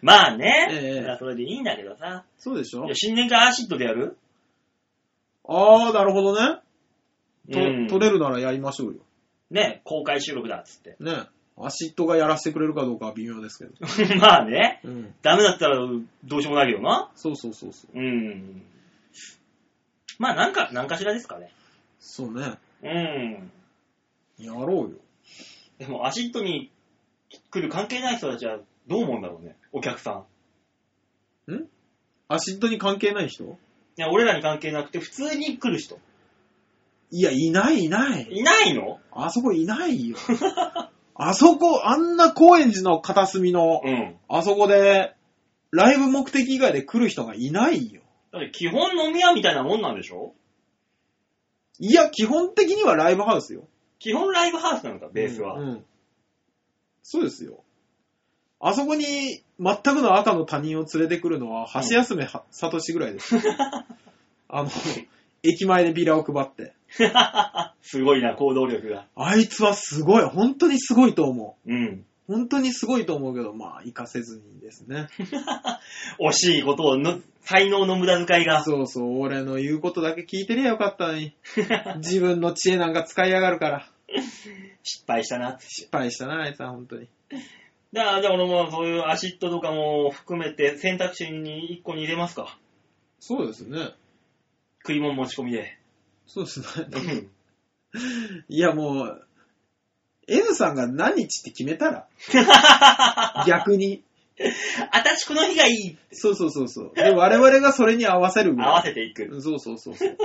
B: まあね。
A: ええ
B: それはそれでいいんだけどさ。
A: そうでしょ
B: いや新年会アシットでやる
A: あー、なるほどね。と、
B: うん
A: 取れるならやりましょうよ。
B: ね、公開収録だっつって。
A: ね。アシットがやらせてくれるかどうかは微妙ですけど。
B: まあね。
A: うん。
B: ダメだったらどうしようもないよな。
A: そうそうそうそう。
B: うん。まあなんか、なんかしらですかね。
A: そうね。
B: うん。
A: やろうよ。
B: でもアシットに来る関係ない人たちはどう思うんだろうね。お客さん。
A: アシットに関係ない人
B: いや、俺らに関係なくて普通に来る人。
A: いや、いないいない。
B: いないの
A: あそこ いないよ。あそこ、あんな高円寺の片隅の、
B: うん。
A: あそこで、ライブ目的以外で来る人がいないよ。
B: だって基本飲み屋みたいなもんなんでしょ
A: いや、基本的にはライブハウスよ。
B: 基本ライブハウスなのか、ベースは。
A: うんうんそうですよ。あそこに全くの赤の他人を連れてくるのは、橋休めはさとしぐらいですよ。 あの、駅前でビラを配って。
B: すごいな、行動力が。
A: あいつはすごい、本当にすごいと思
B: うん。
A: う。本当にすごいと思うけど、まあ、活かせずにです ね。
B: 惜しいことをの、才能の無駄遣いが。
A: そうそう、俺の言うことだけ聞いてりゃよかったのに。自分の知恵なんか使いやがるから。
B: 失敗したなって。
A: 失敗したな、あいつは本当に。
B: だから、じゃあ俺もそういうアシットとかも含めて選択肢に1個に入れますか。
A: そうですね。
B: 食い物持ち込みで。
A: そうですね。
B: うん
A: いやもう、N さんが何日って決めたら 逆に。
B: あたしこの日がいい
A: そうそうそうそう。で、我々がそれに合わせるぐ
B: 合わ
A: ら
B: せてい
A: い。
B: く。
A: そうそうそうそう。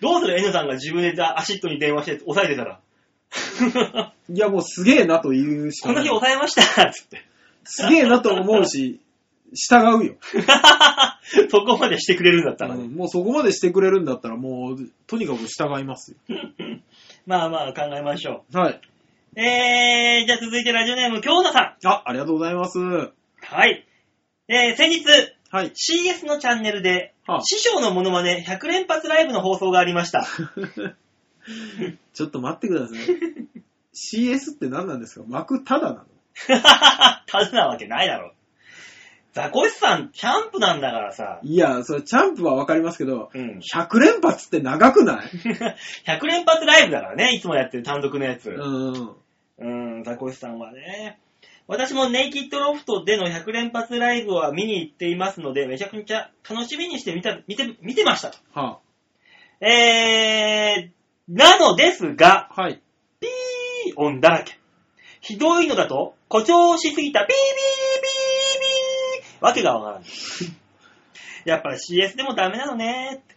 B: どうする ?N さんが自分でアシットに電話して押さえてた ら。
A: いやもうすげえなと言うし
B: こ
A: か
B: の
A: な
B: 日
A: い。
B: 押さえましたつって。
A: すげえなと思うし、従うよ、
B: そこまでしてくれるんだったら
A: う
B: ね。
A: んもうそこまでしてくれるんだったらもう、とにかく従いますよ。
B: まあまあ考えましょ
A: はい。
B: う。えー、じゃあ続いてラジオネーム、京奈さん。
A: あ、ありがとうございます。は
B: はい。えー、先日、
A: い。
B: CS のチャンネルで
A: はあ、
B: 師匠のモノマネ100連発ライブの放送がありました。
A: ちょっと待ってください。CS って何なんですか幕ただなの
B: ただなわけないだろ。ザコシさん、キャンプなんだからさ。
A: いや、それチャンプはわかりますけど、
B: うん。
A: 100連発って長くない
B: 100連発ライブだからね、いつもやってる単独のやつ。
A: うん。
B: うん、ザコシさんはね。私もネイキッドロフトでの100連発ライブは見に行っていますので、めちゃくちゃ楽しみにして見た、見て、見てましたと。
A: は
B: えー、なのですが、
A: あ、はい。
B: ピー音だらけ。ひどいのだと、誇張しすぎたピーピーピーピーわけがわからない。 やっぱり CS でもダメなのねって。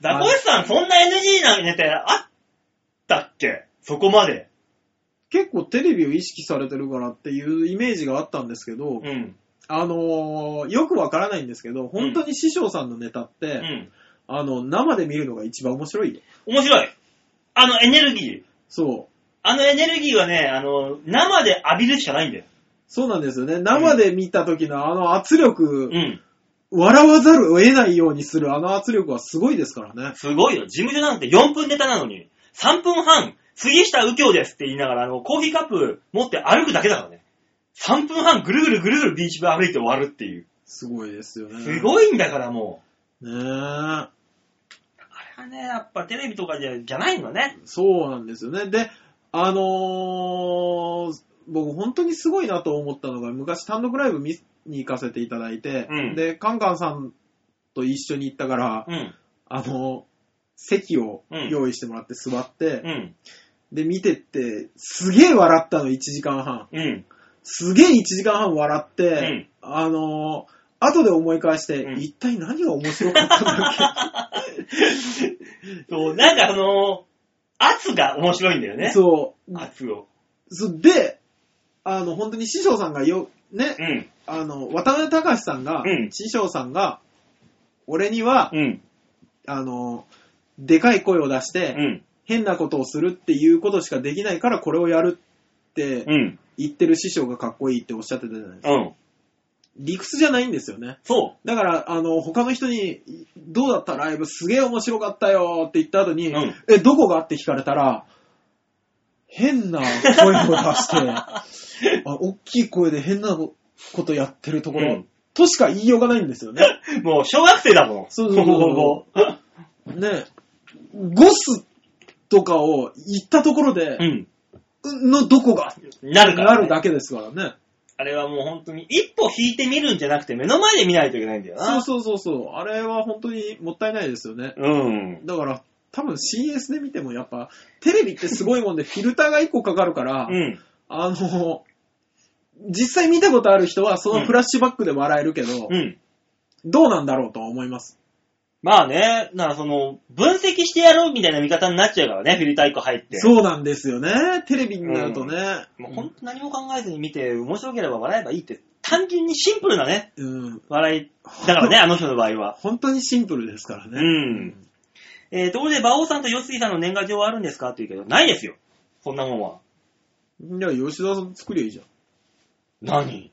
B: ザコシさん、そんな NG なネタあったっけそこまで。
A: 結構テレビを意識されてるからっていうイメージがあったんですけど、
B: うん。
A: あのーよくわからないんですけど、本当に師匠さんのネタって、
B: うん。
A: あの、生で見るのが一番面白いよ。
B: 面白い。あのエネルギー。
A: そう。
B: あのエネルギーはね、あの、生で浴びるしかないんだよ。
A: そうなんですよね。生で見た時のあの圧力、
B: うん。
A: 笑わざるを得ないようにするあの圧力はすごいですからね。
B: すごいよ。事務所なんて4分ネタなのに、3分半、杉下右京ですって言いながら、あの、コーヒーカップ持って歩くだけだからね。3分半ぐるぐるぐるぐるビーチ部歩いて終わるっていう。
A: すごいですよね。
B: す
A: い。
B: ごいんだからも
A: ねえ。
B: う。あれはね、やっぱテレビとかじゃじゃないのね。
A: そうなんですよね。で、あのー僕本当にすごいなと思ったのが、昔単独ライブ見に行かせていただいて、
B: うん
A: で、カンカンさんと一緒に行ったから、
B: うん。
A: あのー席を用意してもらって座って、
B: うん。
A: で、見てって、すげえ笑ったの、1時間半。
B: うん。
A: すげえ1時間半笑って、
B: ん
A: あのー後で思い返して、
B: うん
A: 一体何が面白かったんだ
B: そう、なんかあの圧が面白いんだよ
A: っ け
B: ね。
A: そう
B: 圧を。
A: そう。で、あの、本当に師匠さんがよ、ね、
B: うん。
A: あの、渡辺隆さんが、
B: うん
A: 師匠さんが、俺には、
B: うん。
A: あの、でかい声を出し
B: う
A: て、
B: ん。
A: 変なことをするっていうことしかできないから、これをやるって
B: うん。
A: 言ってる師匠がかっこいいっておっしゃってたじゃないですか。
B: うん。
A: 理屈じゃないんですよね。
B: そ
A: だから、あの、他の人に、どうだったライブすげえ面白かったよって言った後に、
B: うん
A: え、どこがって聞かれたら、変な声を出して、 あ大きい声で変なことやってるところ、
B: うん
A: としか言いようがないんですよね。
B: う。もう小学生だもん。
A: そうそうそう
B: そう。
A: ねゴスとかを言ったところで
B: う、ん。
A: のどこが
B: なるから、
A: なるだけですからね。
B: あれはもう本当に一歩引いてみるんじゃなくて目の前で見ないといけないんだよ
A: そう
B: な。
A: そうそうそう。あれは本当にもったいないですよね。
B: うん。
A: だから、多分 CS で見てもやっぱ、テレビってすごいもんで、フィルターが1個かかるから、
B: うん。
A: あの、実際見たことある人はそのフラッシュバックで笑えるけど、
B: うん。
A: どうなんだろうとは思います。
B: まあね、ならその、分析してやろうみたいな見方になっちゃうからね、フィルター1個入って。
A: そうなんですよね。テレビになるとね。
B: もう本当何も考えずに見て、面白ければ笑えばいいって、単純にシンプルなね、
A: うん。
B: 笑い。だ からね、あの人の場合は。
A: 本当にシンプルですからね。
B: うんえー、ところで、馬王さんと吉杉さんの年賀状はあるんですかって言うけど、ないですよ。そんなもんは。
A: うん。いや、吉田さん作りゃいいじゃん。
B: 何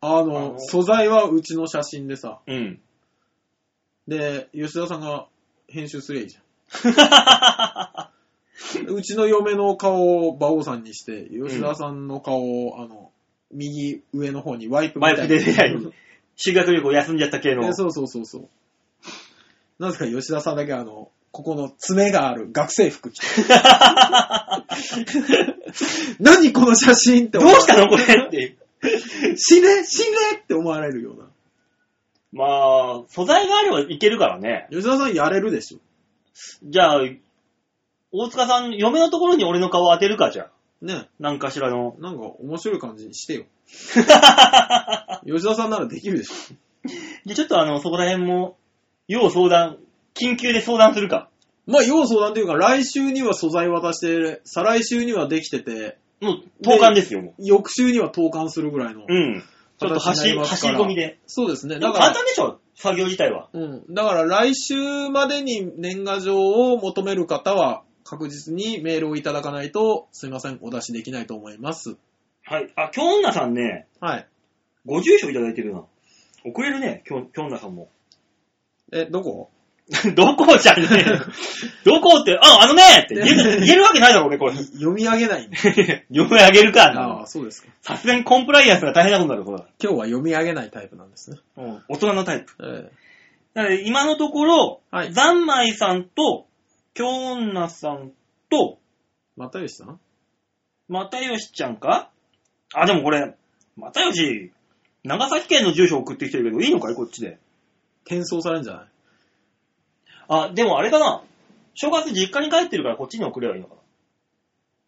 A: あ
B: あ
A: の、
B: の
A: 素材はうちの写真でさ、
B: うん。
A: で、吉田さんが編集すりゃい いじゃん。うちの嫁の顔を馬王さんにして、吉田さんの顔を、あの、右上の方にワイプみ
B: ワ
A: た
B: イ
A: い
B: プ
A: な。
B: で出会い に。修学旅行休んじゃった系の
A: え。そうそうそうそう。なぜか吉田さんだけあの、ここの爪がある学生服 着て。何この写真って
B: ど
A: 思
B: う
A: われ
B: したのこれっていう。
A: 死ね死ねって思われるような。
B: まあ、素材があればいけるからね。
A: 吉田さんやれるでしょ。
B: じゃあ、大塚さん、嫁のところに俺の顔を当てるか、じゃあ。
A: ね。
B: なんかしらの。
A: なんか面白い感じにして よ。吉田さんならできるでしょ。
B: で、ちょっとあの、そこら辺も、要相談、緊急で相談するか。
A: まあ、要相談というか、来週には素材渡して、再来週にはできてて、
B: もう、投函ですよ、も
A: 翌週には投函するぐらいの。
B: う。うん。ちょっと
A: 形
B: 走り、
A: になります
B: 走
A: か
B: り
A: ら
B: 込みで。
A: そうですね。
B: で
A: だ
B: も
A: から
B: 簡、単でしょ、作業自体は。
A: うん。だから来週までに年賀状を求める方は、確実にメールをいただかないと、すいません、お出しできないと思います。
B: はい。あ、京女さんね、
A: はい。
B: ご住所いただいてるな。送れるね、京京女さんも。
A: え、どこ
B: どこじゃね え。どこって、あ、あのねって言える言えるわけないだろうね、これ。
A: 読み上げないんだ。
B: 読み上げるかあんな
A: あ
B: の
A: あ、。そうですか。
B: さすがにコンプライアンスが大変なことになる、これ。
A: 今日は読み上げないタイプなんですね。
B: うん大人のタイプ。
A: ええ
B: だから今のところ、
A: はい
B: ざんまいさんと、京女さんと、
A: 又吉さん
B: 又吉ちゃんかあ、でもこれ、又吉、長崎県の住所送ってきてるけど、いいのかいこっちで。
A: 転送されるんじゃない
B: あ、でもあれかな。正月実家に帰ってるからこっちに送ればいいのか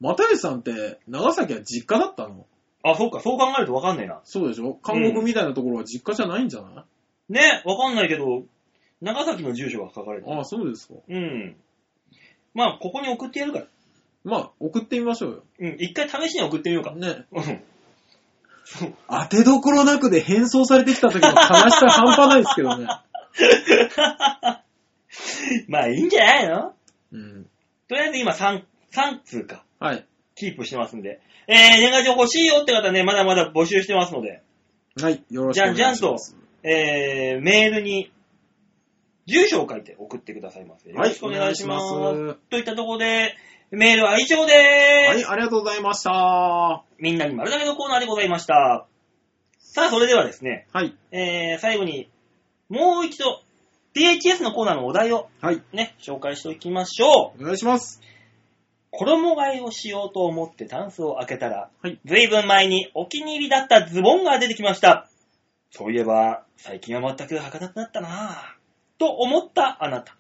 A: 又吉さんって、長崎は実家だったの
B: な。あ、そうか、そう考えるとわかんないな。
A: そうでしょ韓国みたいなところは実家じゃないんじゃない、
B: ね、わかんないけど、長崎の住所が書かれてる。
A: ああ、そうですか。
B: うん。まあ、ここに送ってやるから。
A: まあ、送ってみましょう
B: うん、一回試しに送ってみようか
A: よ。。ね。
B: うん。
A: 当てどころなくで変装されてきた時の悲しさ半端ないですけどね。
B: まあ、いいんじゃないの
A: うん。
B: とりあえず今3、3通か、
A: はい。
B: キープしてますんで。えー、年賀状欲しいよって方ね、まだまだ募集してますので、
A: はい。よろしくお願いします。
B: じゃんじえー、メールに、住所を書いて送ってくださいませ。よろしくお願いします。
A: はいお願いします
B: といったところで、メールは以上で
A: は
B: ー
A: い、
B: す。
A: ありがとうございました。は
B: みんなに丸投げのコーナーでございました。さあ、それではですね、
A: い。
B: えー、最後に、もう一度、DHS のコーナーのお題を
A: はい。
B: ね、紹介しておきましょう。
A: お願いします。
B: 衣替えをしようと思ってタンスを開けたら、
A: はい
B: ずいぶん前にお気に入りだったズボンが出てきました。そういえば、最近は全く履かなくなったなぁ。と思ったあなた。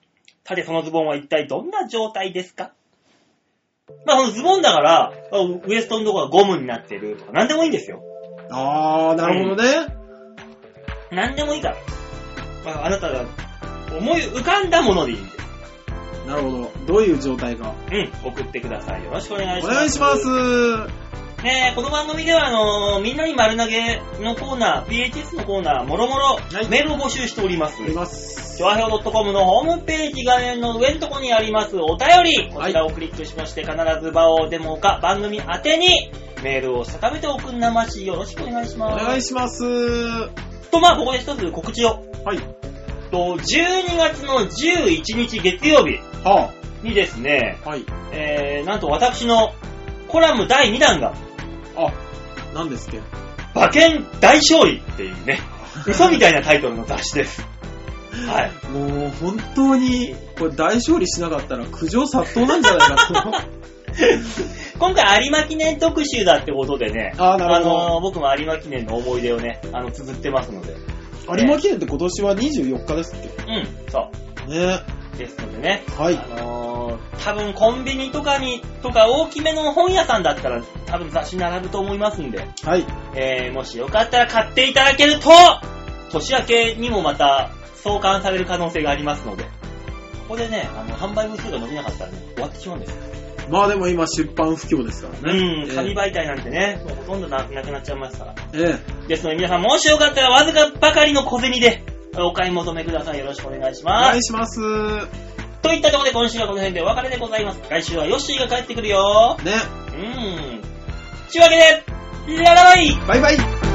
B: さて、そのズボンは一体どんな状態ですかまあ、そのズボンだから、あウエストのところがゴムになってるとか、なんでもいいんですよ。
A: あー、なるほどね。
B: なんでもいいから。まあ、あなたが思い浮かんだものでいいんです。
A: なるほど。どういう状態か。
B: うん、送ってください。よろしくお願いし
A: お
B: ます。
A: 願いします。
B: ねえ、この番組では、あのーみんなに丸投げのコーナー、PHS のコーナー、もろもろ
A: い、
B: メールを募集しております。
A: おります。
B: 調和表 .com のホームページ画面の上のところにありますお便り、こ
A: はい
B: ちらをクリックしまして、必ず場をデモか番組宛てにメールを定めておくんなまし、よろしくお願いし
A: お
B: ます。
A: 願いします。は
B: と、まあ、ここで一つ告知を。
A: い。
B: と、12月の11日月曜日
A: は
B: にですね、
A: あ。はい。
B: えー、なんと私のコラム第2弾が、
A: あ、なんですけど。
B: 馬券大勝利っていう ね、嘘みたいなタイトルの雑誌です。はい。
A: もう本当に、これ大勝利しなかったら苦情殺到なんじゃないかと。
B: 今回有馬記念特集だってことでね、
A: あーなるほど
B: あのー僕も有馬記念の思い出をね、あの、綴ってますので。
A: 有馬記念って今年は24日ですっけ
B: うん、そ
A: ね。
B: う。ですのでね、
A: はい
B: あ。のー多分コンビニとかに、とか大きめの本屋さんだったら、多分雑誌並ぶと思いますんで、
A: はい。
B: えー、もしよかったら買っていただけると、年明けにもまた創刊される可能性がありますので、ここでね、あの、販売部数が伸びなかったらね、終わってしまうんですよ
A: まあでも今出版不況ですからね。
B: うん
A: え、え
B: 紙媒体なんてね、もうほとんどななくなっちゃいますから。
A: え
B: ですので皆さん、もしよかったらわずかばかりの小銭で、お買い求めください。よろしくお願いし
A: お
B: ます。
A: 願いします。
B: といったところで今週はこの辺でお別れでございます。来週はヨッシーが帰ってくるよ。
A: ね。
B: うん。ちゅうわけで、ララバイ
A: バイバイ。